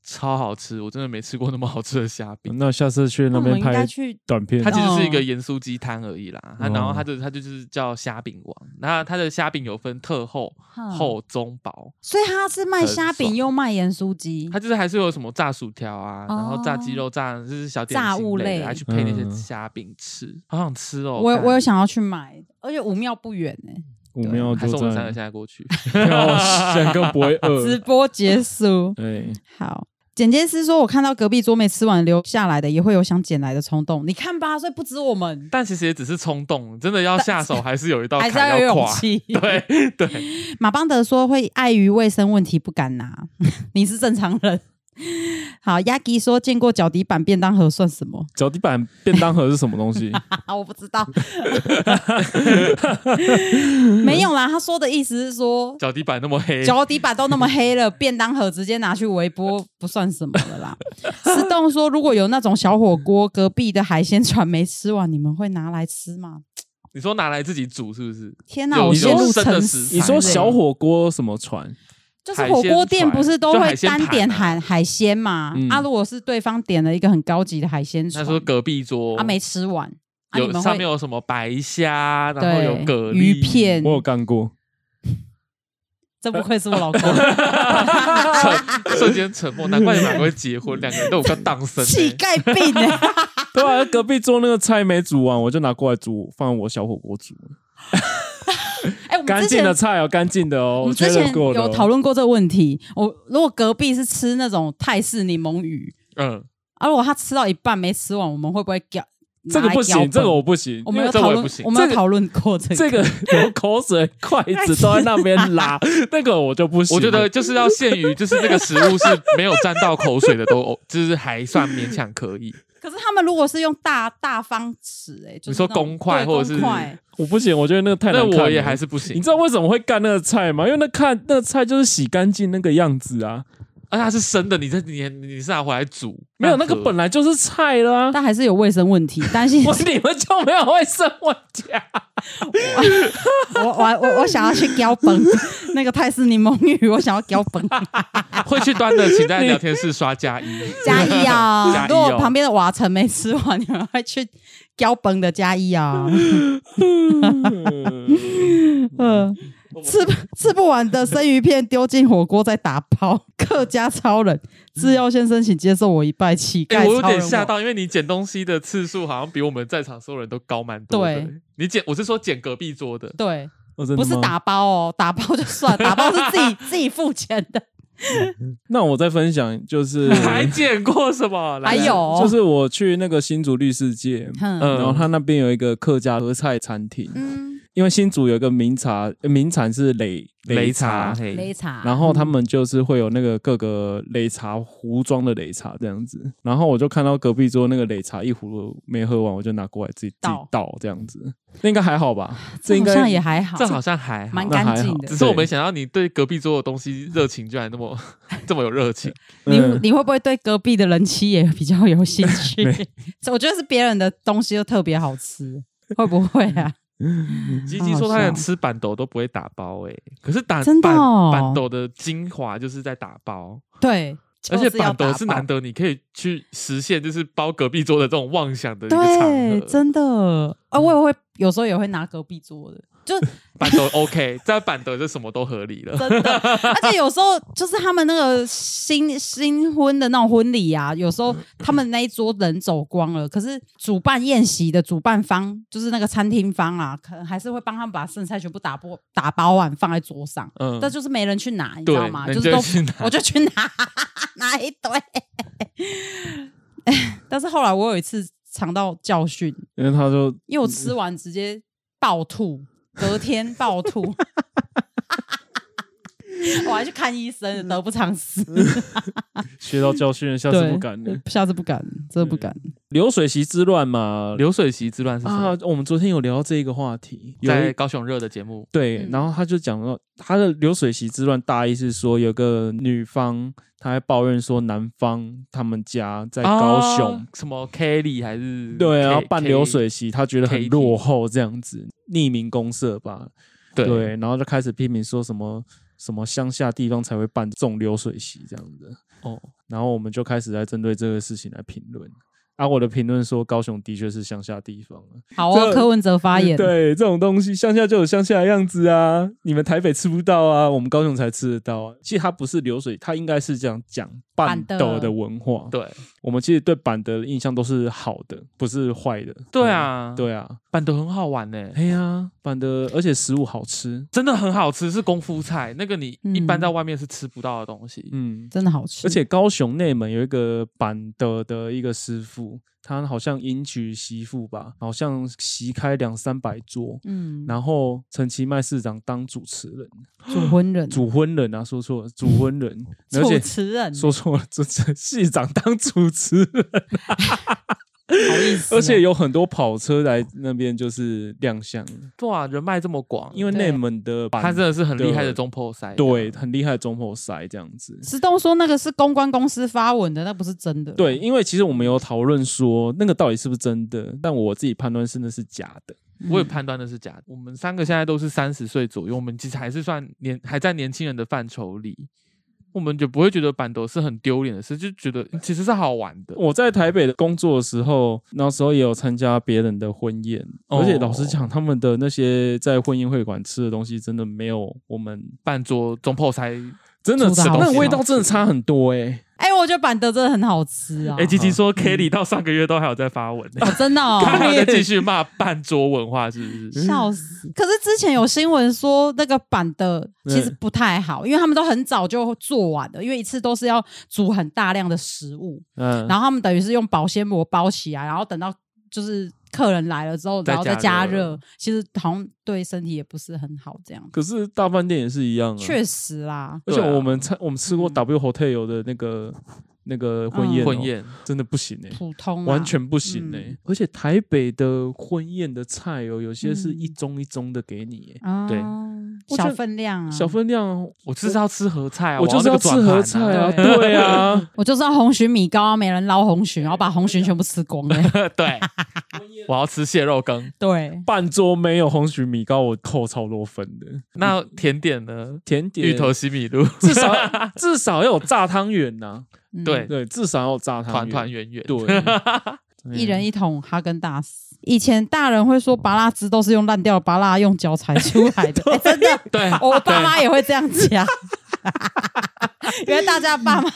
Speaker 1: 超好吃，我真的没吃过那么好吃的虾饼。
Speaker 3: 那下次去那
Speaker 2: 我们
Speaker 3: 边
Speaker 2: 应该
Speaker 3: 拍
Speaker 2: 去
Speaker 3: 短片
Speaker 1: 它，其实是一个
Speaker 2: 哦
Speaker 1: 盐酥鸡摊而已啦，它然后它就它就是叫虾饼王，那它的虾饼有分特厚、
Speaker 2: 哼，
Speaker 1: 厚、中、薄，
Speaker 2: 所以他是卖虾
Speaker 1: 很爽
Speaker 2: 饼又卖盐酥鸡
Speaker 1: 它，就是还是有什么炸薯条啊，然后炸鸡肉、炸就是小点
Speaker 2: 哦炸
Speaker 1: 心
Speaker 2: 物
Speaker 1: 类的，
Speaker 2: 类
Speaker 1: 还去配那些
Speaker 3: 嗯
Speaker 1: 虾饼吃，好想吃哦！
Speaker 2: 我
Speaker 1: 干
Speaker 2: 我有想要去买，而且五庙不远哎、
Speaker 3: 我们要
Speaker 1: 还
Speaker 3: 就是
Speaker 1: 我们三个
Speaker 3: 在
Speaker 1: 现在过去。
Speaker 3: 然后我想更不会
Speaker 2: 直
Speaker 3: 饿。哎
Speaker 2: 播结束。
Speaker 3: 对，
Speaker 2: 好，剪接师说，我看到隔壁桌没吃完留下来的，也会有想捡来的冲动。你看吧，所以不止我们，
Speaker 1: 但其实也只是冲动，真的要下手还是有一道
Speaker 2: 还是要
Speaker 1: 坎
Speaker 2: 有勇
Speaker 1: 跨。
Speaker 2: 气。
Speaker 1: 对对，
Speaker 2: 马邦德说会碍于卫生问题不敢拿， 你是正常人。好，Yagi 说见过脚底板便当盒算什么？
Speaker 3: 脚底板便当盒是什么东西？
Speaker 2: 啊，我不知道， 没有啦。他说的意思是说，
Speaker 1: 脚底板那么黑，
Speaker 2: 脚底板都那么黑了，便当盒直接拿去微波不算什么了啦。 石栋说，如果有那种小火锅，隔壁的海鲜船没吃完，你们会拿来吃吗？
Speaker 1: 你说拿来自己煮是不是？
Speaker 2: 天哪，
Speaker 1: 有
Speaker 2: 我
Speaker 1: 你说
Speaker 2: 陷入
Speaker 1: 生的
Speaker 2: 沉
Speaker 1: 食材
Speaker 2: 思。欸
Speaker 3: 你说小火锅什么船？
Speaker 2: 就是火锅店不是都会单点海海鲜嘛？
Speaker 3: 嗯
Speaker 2: 啊，如果是对方点了一个很高级的海鲜
Speaker 1: 他
Speaker 2: 船，
Speaker 1: 说隔壁桌
Speaker 2: 他、没吃完，啊、你
Speaker 1: 有
Speaker 2: 们
Speaker 1: 上
Speaker 2: 会
Speaker 1: 面有什么白虾，然后有
Speaker 2: 对
Speaker 1: 蛤蜊、
Speaker 2: 鱼，片
Speaker 3: 我，有干
Speaker 2: 嗯
Speaker 3: 过，
Speaker 2: 这不愧是我老公，
Speaker 1: 沉瞬间沉默，难怪你们两个会结婚，两个人都有个当 生、欸。
Speaker 2: 气概病哎、
Speaker 3: 对啊，隔壁桌那个菜没煮完，我就拿过来煮，放我小火锅煮。
Speaker 2: 哎、我们
Speaker 3: 干
Speaker 2: 之
Speaker 3: 净
Speaker 2: 前
Speaker 3: 的菜哦，干净的哦，
Speaker 2: 我们之
Speaker 3: 确
Speaker 2: 前
Speaker 3: 认过的
Speaker 2: 有
Speaker 3: 哦。
Speaker 2: 讨论过这个问题。我如果隔壁是吃那种泰式柠檬鱼，
Speaker 1: 嗯，
Speaker 2: 啊，如果他吃到一半没吃完，我们会不会叫？
Speaker 3: 这个不
Speaker 2: 拿来
Speaker 3: 行，
Speaker 2: 搅
Speaker 3: 这个
Speaker 2: 拌
Speaker 3: 我不行
Speaker 2: 我。们有
Speaker 1: 这
Speaker 2: 讨
Speaker 1: 我也
Speaker 2: 论
Speaker 1: 不行，
Speaker 2: 我们
Speaker 3: 这
Speaker 2: 有
Speaker 3: 个
Speaker 2: 讨论过这个。
Speaker 3: 这个 流口水、筷子都在那边拉，那个我就不行。
Speaker 1: 我觉得就是要限于，就是那个食物是没有沾到口水的都， 就是还算勉强可以。
Speaker 2: 可是他们如果是用大大方尺、哎，就是
Speaker 1: 你说
Speaker 2: 那种
Speaker 1: 公筷
Speaker 2: 对
Speaker 1: 或者是
Speaker 2: 公筷
Speaker 3: 我不行，我觉得那个太
Speaker 1: 那
Speaker 3: 难看了。
Speaker 1: 我也还是不行
Speaker 3: 你，知道为什么会干那个菜吗？因为那看那个菜就是洗干净那个样子啊，
Speaker 1: 而且它是生的，你这你你是拿回来煮，
Speaker 3: 没有那个
Speaker 1: 壳
Speaker 3: 本来就是菜啦、
Speaker 2: 但还是有卫生问 题，担心
Speaker 3: 我你们就没有卫生问题啊！
Speaker 2: 我我我我想要去标 本那个泰式柠檬鱼，我想要标本
Speaker 1: 会去端的，请在聊天室刷加一
Speaker 2: 加一啊！
Speaker 1: 加一
Speaker 2: 如
Speaker 1: 哦
Speaker 2: 果旁边的瓦城没吃完，你们会去标本的加一啊！ 嗯，吃吃不完的生鱼片丢进火锅再打包。 客家超人，制药先生，请接受我一拜，乞
Speaker 1: 哎、
Speaker 2: 丐
Speaker 1: 我有
Speaker 2: 超
Speaker 1: 点
Speaker 2: 人。
Speaker 1: 吓到，因为你捡东西的次数好像比我们在场所有人都高蛮多的。
Speaker 2: 对
Speaker 1: 你捡，我是说捡隔壁桌的，
Speaker 2: 对，不
Speaker 3: 哦
Speaker 2: 是。
Speaker 3: 真的吗
Speaker 2: 打包哦，打包就算，打包是 自己自己付钱的。
Speaker 3: 那我再分享 就是，
Speaker 1: 还捡过什么？来
Speaker 2: 还有，哦
Speaker 3: 就是我去那个新竹绿世界。
Speaker 2: 嗯
Speaker 1: 嗯
Speaker 3: 然后他那边有一个客家和菜餐厅，
Speaker 2: 嗯，
Speaker 3: 因为新竹有一个名茶，呃名产是擂擂茶，
Speaker 1: 嘿
Speaker 2: 擂茶，
Speaker 3: 然后他们就是会有那个各个擂茶壶装的擂茶这样子，然后我就看到隔壁桌那个擂茶一壶没喝完，我就拿过来自己自己
Speaker 2: 倒
Speaker 3: 倒这样子，那应该还好吧？
Speaker 2: 这
Speaker 3: 应
Speaker 2: 好
Speaker 3: 该
Speaker 2: 像也还好，
Speaker 1: 这好像还好
Speaker 2: 蛮。
Speaker 3: 那还好
Speaker 2: 干净的
Speaker 1: 只。是我没
Speaker 3: 对
Speaker 1: 想到你对隔壁桌的东西热情居然那 么这么有热情，
Speaker 2: 你
Speaker 3: 嗯
Speaker 2: 你会不会对隔壁的人妻也比较有兴 趣？ 我觉得是别人的东西都特别好吃，会不会 啊？
Speaker 3: 嗯
Speaker 1: 吉吉说他连吃板豆都不会打包哎、可是打
Speaker 2: 真的哦
Speaker 1: 板板豆的精华就是在打包，
Speaker 2: 对，
Speaker 1: 而且
Speaker 2: 就是要
Speaker 1: 板豆
Speaker 2: 打
Speaker 1: 是
Speaker 2: 包
Speaker 1: 难得你可以去实现就是包隔壁桌的这种妄想的一个场合嗯
Speaker 2: 对，，真的啊，我也会有时候也会拿隔壁桌的，就
Speaker 1: 板豆 OK，在板豆就什么都合理 了。
Speaker 2: 真的，而且有时候就是他们那个新新婚的那种婚礼啊，有时候他们那一桌人走光了，可是主办宴席的主办方就是那个餐厅方啊，可能还是会帮他们把剩菜全部打包打包完放在桌上，
Speaker 1: 嗯
Speaker 2: 但就是没人去拿，你知
Speaker 1: 对
Speaker 2: 道吗？
Speaker 1: 人
Speaker 2: 就是
Speaker 1: 就
Speaker 2: 都
Speaker 1: 去拿
Speaker 2: 我就去拿拿一堆。 但是后来我有一次尝到教训，
Speaker 3: 因为他就
Speaker 2: 因为我吃完直接暴吐，隔天暴吐。 我还去看医生，
Speaker 3: 嗯
Speaker 2: 得不偿失。
Speaker 3: 学到教训 了，下次
Speaker 2: 对，
Speaker 3: 不敢了。
Speaker 2: 下次不敢，真的不敢。
Speaker 3: 流水席之乱嘛，
Speaker 1: 流水席之乱是什么？
Speaker 3: 啊，我们昨天有聊到这一个话题，有
Speaker 1: 在
Speaker 3: 一
Speaker 1: 高雄热的节目，
Speaker 3: 对，
Speaker 2: 嗯
Speaker 3: 然后他就讲到他的流水席之乱，大意是说有个女方，她还抱怨说男方他们家在高雄。
Speaker 1: 啊什么 Kelly 还是
Speaker 3: 哦对，
Speaker 1: K-
Speaker 3: 然后办
Speaker 1: K-
Speaker 3: 流水席，他觉得很
Speaker 1: KT
Speaker 3: 落后这样子，匿名公社吧，
Speaker 1: 对
Speaker 3: 对，然后就开始批评说什么什么乡下地方才会办这种流水席这样子，
Speaker 1: 哦，
Speaker 3: 然后我们就开始来针对这个事情来评论。啊，我的评论说高雄的确是乡下地方啊，
Speaker 2: 好哦，
Speaker 3: 这
Speaker 2: 柯文哲发言，
Speaker 3: 嗯对这种东西，乡下就有乡下的样子啊，你们台北吃不到啊，我们高雄才吃得到啊。其实它不是流水，它应该是这样讲，板
Speaker 2: 板
Speaker 3: 德
Speaker 2: 德
Speaker 3: 的文化。
Speaker 1: 对
Speaker 3: 我们其实对板德的印象都是好的，不是坏的。
Speaker 1: 对啊，，
Speaker 3: 对啊，
Speaker 1: 板德很好玩呢、
Speaker 3: 哎呀，板德，而且食物好吃。
Speaker 1: 真的很好吃，是功夫菜，那个你一般
Speaker 2: 嗯
Speaker 1: 在外面是吃不到的东西。
Speaker 3: 嗯，
Speaker 2: 真的好吃，
Speaker 3: 而且高雄内门有一个板德的一个师傅，他好像迎娶媳妇吧，好像席开两三百桌。
Speaker 2: 嗯，
Speaker 3: 然后陈其迈市长当主持人，
Speaker 2: 主婚人、
Speaker 3: 主婚人啊，说错了，主婚人，而
Speaker 2: 主
Speaker 3: 且
Speaker 2: 持人，
Speaker 3: 说错了，这这市长当主持人，
Speaker 2: 好意思哦，
Speaker 3: 而且有很多跑车来那边就是亮相，
Speaker 1: 对啊，人脉这么广，
Speaker 3: 嗯因为内门的板
Speaker 1: 他真的是很啊厉害的
Speaker 3: 对
Speaker 1: 中破塞。
Speaker 3: 对，很厉害的中后塞这样子。
Speaker 2: 石东说那个是公关公司发文的，那不是真的。
Speaker 3: 对，，因为其实我们有讨论说那个到底是不是真的，但我自己判断是那是假的。
Speaker 1: 我也判断的是假的。我们三个现在都是三十岁左右，我们其实还是算年还在年轻人的范畴里，我们就不会觉得板斗是很丢脸的事，就觉得嗯其实是好玩的。
Speaker 3: 我在台北的工作的时候，那时候也有参加别人的婚宴，
Speaker 1: 哦
Speaker 3: 而且老实讲，他们的那些在婚宴会馆吃的东西，真的没有我们
Speaker 1: 半桌中破塞，哎、
Speaker 3: 真的
Speaker 2: 做得
Speaker 3: 吃
Speaker 2: 好
Speaker 3: 那
Speaker 2: 吃
Speaker 3: 味道真的差很多哎、
Speaker 2: 哎、我觉得板德真的很好吃
Speaker 3: 哎
Speaker 2: 啊！
Speaker 1: 吉吉说
Speaker 3: 嗯
Speaker 1: Kelly 到上个月都还有在发文、 呢，
Speaker 2: 哦，真的哦，
Speaker 1: 他还有在继续骂半桌文化是不 是？
Speaker 2: 笑死！可是之前有新闻说那个板的其实不太好，因为他们都很早就做完了，因为一次都是要煮很大量的食物，
Speaker 3: 嗯，
Speaker 2: 然后他们等于是用保鲜膜包起来，然后等到就是客人来了之后，
Speaker 1: 再
Speaker 2: 然后再
Speaker 1: 加
Speaker 2: 加
Speaker 1: 热
Speaker 2: 热，其实好像对身体也不是很好，这样
Speaker 3: 可是大饭店也是一样啊。
Speaker 2: 确实啦。
Speaker 3: 而且
Speaker 1: 对啊
Speaker 3: 我们吃、我们吃过
Speaker 2: 嗯
Speaker 3: W Hotel 的那个那个婚宴、
Speaker 2: 嗯
Speaker 3: 哦
Speaker 1: 婚，宴
Speaker 3: 真的不行哎、
Speaker 2: 普通啊
Speaker 3: 完全不行哎、
Speaker 2: 嗯
Speaker 3: 而且台北的婚宴的菜哦，有些是
Speaker 2: 嗯
Speaker 3: 一盅一盅的给你、欸
Speaker 2: 啊，
Speaker 1: 对
Speaker 3: 我觉
Speaker 2: 小
Speaker 3: 得
Speaker 2: 分量啊，
Speaker 3: 小分量哦，
Speaker 1: 我就是要吃合菜、啊，
Speaker 3: 哎我就是
Speaker 1: 要那个
Speaker 3: 要吃
Speaker 1: 转盘
Speaker 3: 合菜啊，
Speaker 2: 啊
Speaker 3: 对啊，
Speaker 2: 我就是要红鲟米糕，啊没人捞红鲟，然后把红鲟全部吃光 了。
Speaker 1: 啊，对，我要吃蟹肉羹。
Speaker 2: 对，
Speaker 3: 半桌没有红曲米糕，我扣超多分的。
Speaker 1: 那甜点呢？
Speaker 3: 甜嗯点
Speaker 1: 芋 头西米露，
Speaker 3: 至少至少要有炸汤圆呐，
Speaker 2: 嗯
Speaker 1: 对
Speaker 3: 对，至少要有炸汤
Speaker 1: 团
Speaker 3: 圆，
Speaker 1: 团圆圆。
Speaker 3: 对，
Speaker 2: 一人一桶哈根达斯。以前大人会说拔蜡汁都是用烂掉的拔蜡用脚踩出来的，哎真的，
Speaker 1: 对，
Speaker 3: 哦
Speaker 2: 我爸妈也会这样讲。 原来大家爸妈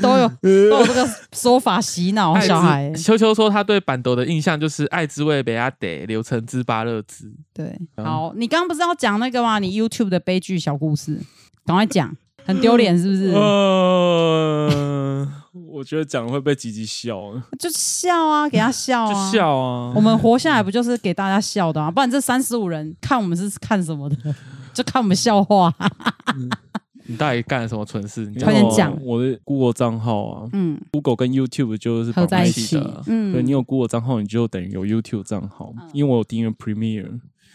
Speaker 2: 都有都有这个说法洗脑
Speaker 1: 爱之
Speaker 2: 小孩。
Speaker 1: 秋秋说他对板斗的印象就是爱之味、北亚得、柳橙汁、芭乐汁。
Speaker 2: 对，
Speaker 3: 嗯
Speaker 2: 好，你刚刚不是要讲那个吗？你 YouTube 的悲剧小故事，赶快讲，很丢脸是不是？
Speaker 3: 嗯呃， 我觉得讲会被吉吉笑，
Speaker 2: 就笑啊，给他笑
Speaker 3: 就
Speaker 2: 啊。
Speaker 3: 笑啊
Speaker 2: 我。们活下来不就是给大家笑的啊？不然这三十五人看我们是看什么的？ 就看我们笑话、
Speaker 1: 你到底干了什么蠢事？你
Speaker 3: 你
Speaker 1: 讲
Speaker 2: 快点
Speaker 3: 有啊
Speaker 2: 讲
Speaker 3: 我的 Google 账号啊
Speaker 2: 嗯，
Speaker 3: ，Google 跟 YouTube 就是
Speaker 2: 合
Speaker 3: 绑
Speaker 2: 在
Speaker 3: 一
Speaker 2: 一
Speaker 3: 起。
Speaker 1: 起
Speaker 2: 起
Speaker 1: 的。
Speaker 2: 嗯，
Speaker 3: 对你有 Google 账号，你就等于有 YouTube 账号，
Speaker 2: 嗯
Speaker 3: 因为我有订阅 Premiere，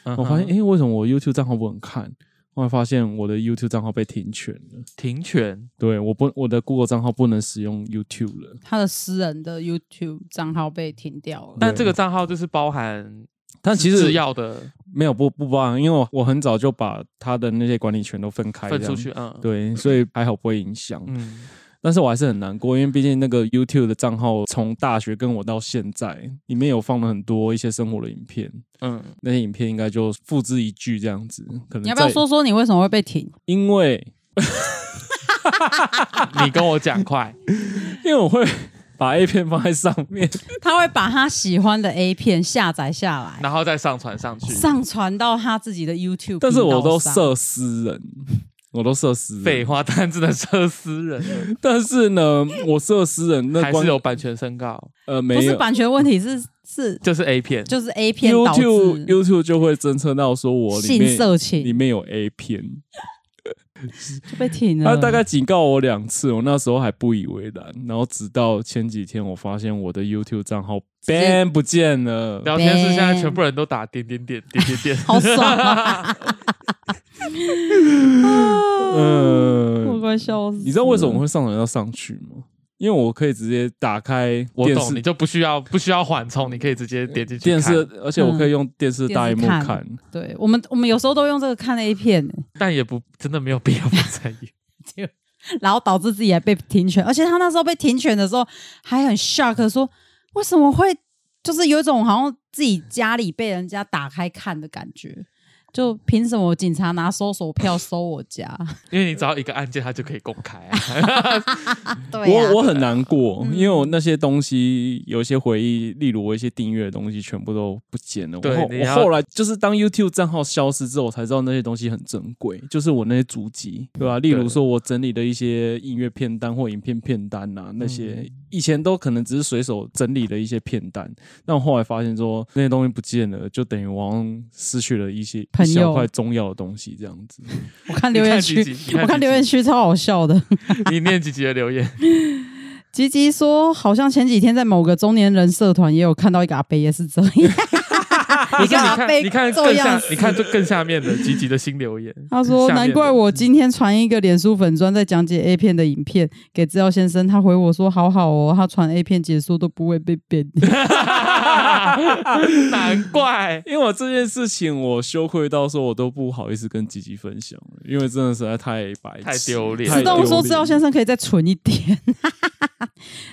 Speaker 1: 嗯哼
Speaker 3: 我发现哎，诶为什么我 YouTube 账号不能看？后来发现我的 YouTube 账号被停权了，
Speaker 1: 停权，
Speaker 3: 对，我不我的 Google 账号不能使用 YouTube 了。
Speaker 2: 他的私人的 YouTube 账号被停掉了。
Speaker 1: 但这个账号就是包含
Speaker 3: 但其
Speaker 1: 制
Speaker 3: 实
Speaker 1: 药的
Speaker 3: 没有不不包含，因为我我很早就把他的那些管理权都分开
Speaker 1: 分
Speaker 3: 这
Speaker 1: 出
Speaker 3: 样
Speaker 1: 去，，嗯，，
Speaker 3: 对，所以还好不会影响。
Speaker 1: 嗯，
Speaker 3: 但是我还是很难过，因为毕竟那个 YouTube 的账号从大学跟我到现在，里面有放了很多一些生活的影片，
Speaker 1: 嗯，
Speaker 3: 那些影片应该就付之一炬这样子。可能
Speaker 2: 你要不要
Speaker 3: 在
Speaker 2: 说？说你为什么会被停？
Speaker 3: 因为
Speaker 1: 你跟我讲快，
Speaker 3: 因为我 会把 A 片放在上面，
Speaker 2: 他会把他喜欢的 A 片下载下来，
Speaker 1: 然后再上传上去，
Speaker 2: 上传到他自己的 YouTube 频道上。
Speaker 3: 但是我都设私人，我都设私
Speaker 1: 废
Speaker 3: 人。
Speaker 1: 话，但真的社私人了，
Speaker 3: 但是呢，我设 私人那
Speaker 1: 还是
Speaker 3: 关
Speaker 1: 有版权申告，
Speaker 3: 呃没
Speaker 2: 不是
Speaker 3: 有。
Speaker 2: 版权问题，是是
Speaker 1: 就是 A 片，
Speaker 2: 就是 A 片导致
Speaker 3: YouTube YouTube 就会侦测到说我里
Speaker 2: 性
Speaker 3: 面
Speaker 2: 色
Speaker 3: 里
Speaker 2: 情
Speaker 3: 面有 A 片，
Speaker 2: 就被停了。
Speaker 3: 他大概警告我两次，我那时候还不以为然，然后直到前几天我发现我的 YouTube 账号
Speaker 2: 接
Speaker 3: ban 不见了，
Speaker 1: 聊天室现在全部人都打点点点点点点，
Speaker 2: 好爽啊！我
Speaker 3: 嗯，
Speaker 2: 快笑死！
Speaker 3: 你知道为什么会上传要上去吗？因为我可以直接打开
Speaker 1: 我
Speaker 3: 电
Speaker 1: 懂，你
Speaker 3: 视。
Speaker 1: 就不需要不需要缓冲，你可以直接点进去
Speaker 3: 电
Speaker 1: 看
Speaker 3: 视，，而且我可以用电视大荧幕
Speaker 2: 嗯电视
Speaker 3: 看
Speaker 2: 看，对我们，我们有时候都用这个看 A 片、
Speaker 1: 但也不真的没有必要放在意。
Speaker 2: 然后导致自己还被停权，而且他那时候被停权的时候还很 shock，说为什么会就是有一种好像自己家里被人家打开看的感觉，就凭什么警察拿搜索票搜我家？
Speaker 1: 因为你只要一个案件，它就可以公开、啊。
Speaker 2: 对啊
Speaker 3: 我我很难过，
Speaker 2: 嗯
Speaker 3: 因为我那些东西有一些回忆，例如我一些订阅的东西，全部都不见了。
Speaker 1: 对
Speaker 3: 我后
Speaker 1: 你
Speaker 3: 我
Speaker 1: 要
Speaker 3: 后来就是当 YouTube 账号消失之后，我才知道那些东西很珍贵，就是我那些足迹，对吧、例如说我整理的一些音乐片单或影片片单啊，那些、
Speaker 1: 嗯
Speaker 3: 以前都可能只是随手整理的一些片单，但我后来发现说那些东西不见了，就等于我好像失去了一些
Speaker 2: 朋
Speaker 3: 一
Speaker 2: 友
Speaker 3: 小块重要的东西，这样子。
Speaker 2: 我看留言
Speaker 1: 你
Speaker 2: 区
Speaker 1: 看几集你看几集，
Speaker 2: 我看留言区超好笑的。
Speaker 1: 你念几集的留言？
Speaker 2: 吉吉说，好像前几天在某个中年人社团也有看到一个阿伯也是这样。
Speaker 1: 不是
Speaker 2: 一个
Speaker 1: 你
Speaker 2: 阿
Speaker 1: 看，
Speaker 2: 贝
Speaker 1: 你看
Speaker 2: 揍
Speaker 1: 更
Speaker 2: 样
Speaker 1: 下
Speaker 2: 子，
Speaker 1: 你看这更下面的几集的新留言。
Speaker 2: 他说：“
Speaker 1: 下面
Speaker 2: 难
Speaker 1: 的
Speaker 2: 怪我今天传一个脸书粉砖在讲解 A 片的影片给资料先生，他回我说好好哦，他传 A 片解说都不会被贬低。
Speaker 1: 难怪。
Speaker 3: 因为我这件事情，我羞愧到说我都不好意思跟吉吉分享了，因为真的实在太白痴
Speaker 1: 太丢脸
Speaker 3: 太
Speaker 2: 自
Speaker 1: 自
Speaker 3: 丢
Speaker 2: 动
Speaker 3: 脸
Speaker 2: 说资料先生可以再存一点。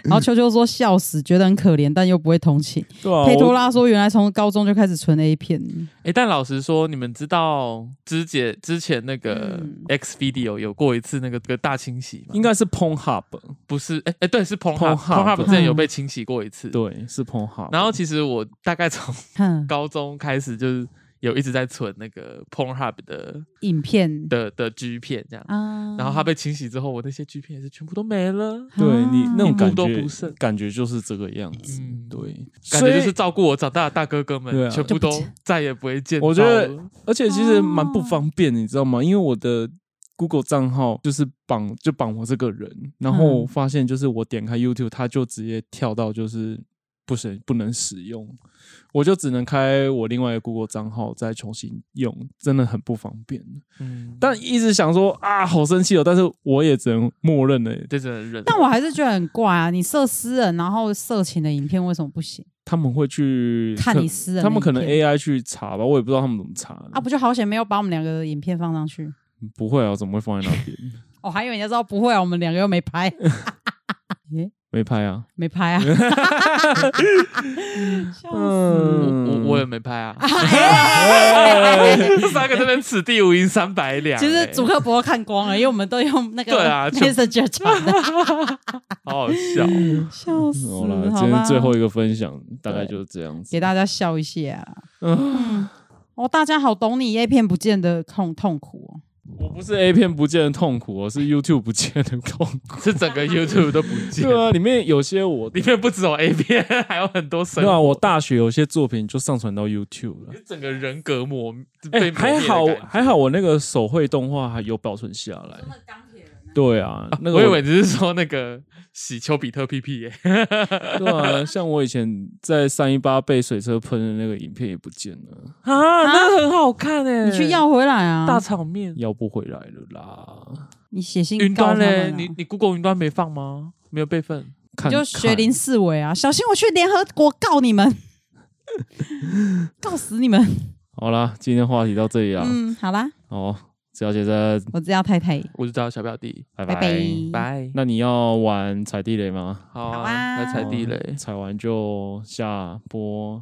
Speaker 2: 然后秋秋说笑死，觉得很可怜，但又不会同情。
Speaker 3: 对啊，
Speaker 2: 佩托
Speaker 3: 我
Speaker 2: 拉说原来从高中就开始存 A 片，
Speaker 1: 哎，但老实说，你们知道之姐之前那个
Speaker 2: 嗯
Speaker 1: X Video 有过一次那个个大清洗吗？
Speaker 3: 应该是 Pong Hub，
Speaker 1: 不是，哎哎，对，是 p o n h u
Speaker 3: Pornhub
Speaker 1: b p o n h u b
Speaker 3: 嗯
Speaker 1: 之前有被清洗过一次。
Speaker 3: 对，是 Pong Hub。
Speaker 1: 然后其实我大概从
Speaker 2: 哼，
Speaker 1: 高中开始就是有一直在存那个 Pornhub 的
Speaker 2: 影片
Speaker 1: 的的 G 片这样，
Speaker 2: 啊
Speaker 1: 然后它被清洗之后，我那些 G 片也是全部都没了。嗯
Speaker 3: 对你那
Speaker 1: 一
Speaker 3: 种
Speaker 1: 部
Speaker 3: 感
Speaker 1: 都
Speaker 3: 觉
Speaker 1: 不剩，
Speaker 3: 感觉就是这个样子。
Speaker 1: 嗯
Speaker 3: 对，
Speaker 1: 感觉就
Speaker 3: 所
Speaker 1: 是
Speaker 3: 以
Speaker 1: 照顾我长大的大哥哥们，
Speaker 3: 对啊
Speaker 1: 全部都再也不会见到了。
Speaker 3: 我觉得而且其实蛮
Speaker 2: 哦
Speaker 3: 不方便，你知道吗？因为我的 Google 账号就是绑就绑我这个
Speaker 2: 嗯
Speaker 3: 人，然后我发现就是我点开 YouTube，它就直接跳到就是不行不能使用，我就只能开我另外一个 Google 账号再重新用，真的很不方便。
Speaker 1: 嗯，
Speaker 3: 但一直想说啊，好生气哦，但是我也只能默认了。
Speaker 1: 这真的忍。
Speaker 2: 但我还是觉得很怪啊！你设私人，然后色情的影片为什么不行？
Speaker 3: 他们会去
Speaker 2: 看
Speaker 3: 可
Speaker 2: 你私人
Speaker 3: 他们可能
Speaker 2: 的影
Speaker 3: AI 去查吧，我也不知道他们怎么查的
Speaker 2: 啊，不就好险没有把我们两个的影片放上去？
Speaker 3: 不会啊，怎么会放在那边？
Speaker 2: 哦，还有人家知道不会啊，我们两个又没 拍，耶，
Speaker 3: 没拍啊，
Speaker 2: 没拍 啊， 笑死！
Speaker 1: 我
Speaker 3: 嗯，
Speaker 1: 我我也没拍 啊，
Speaker 2: 哎
Speaker 1: 三个这边此地无银三百两、
Speaker 2: 其实
Speaker 1: 欸
Speaker 2: 主客博看光了，因为我们都用那个
Speaker 1: 对 啊就
Speaker 2: Messenger 传 的，
Speaker 1: 好好笑。
Speaker 2: 笑死！
Speaker 3: 嗯好啦，
Speaker 2: 好
Speaker 3: 今
Speaker 2: 吧
Speaker 3: 天最后一个分享大概
Speaker 2: 对
Speaker 3: 就是这样子。
Speaker 2: 给大家笑一下啊。嗯，哦，大家好懂你 A 片不见的痛痛苦哦。
Speaker 3: 我不是 A 片不见的痛苦，我是 YouTube 不见的痛苦。
Speaker 1: 是整个 YouTube 都不见，
Speaker 3: 对啊，里面有些我
Speaker 1: 里面不只有 A 片， 还有很多神
Speaker 3: 对。啊，我大学有些作品就上传到 YouTube 了。
Speaker 1: 整个人格磨
Speaker 3: 哎、
Speaker 1: 被磨灭
Speaker 3: 还
Speaker 1: 的
Speaker 3: 好
Speaker 1: 感觉
Speaker 3: 还好，我那个手绘动画还有保存下来。对啊，那个
Speaker 1: 我以为你是说那个洗丘比特欸屁屁耶、
Speaker 3: 对啊， 像我以前在三一八被水车喷的那个影片也不见了，
Speaker 1: 啊，那很好看哎、
Speaker 2: 你去要回来啊！
Speaker 1: 场面。
Speaker 3: 要不回来了啦。
Speaker 2: 你写信
Speaker 1: 云
Speaker 2: 告他
Speaker 1: 端嘞
Speaker 2: 们，啊
Speaker 1: 你你 Google 云端没放吗？没有备份。
Speaker 3: 看
Speaker 2: 你就学林四伟啊，小心我去联合国告 你们，告死你们！
Speaker 3: 好啦，今天话题到这里啊啦。
Speaker 2: 嗯，好啦，
Speaker 3: 哦，只要觉得
Speaker 2: 我知道太太，
Speaker 1: 我就找小表弟，
Speaker 3: 拜
Speaker 2: 拜拜。
Speaker 1: 拜。
Speaker 3: 那你要玩踩地雷吗？
Speaker 1: 好
Speaker 2: 好
Speaker 1: 啊，
Speaker 2: 啊
Speaker 1: 来踩地雷。
Speaker 3: 踩完就下播。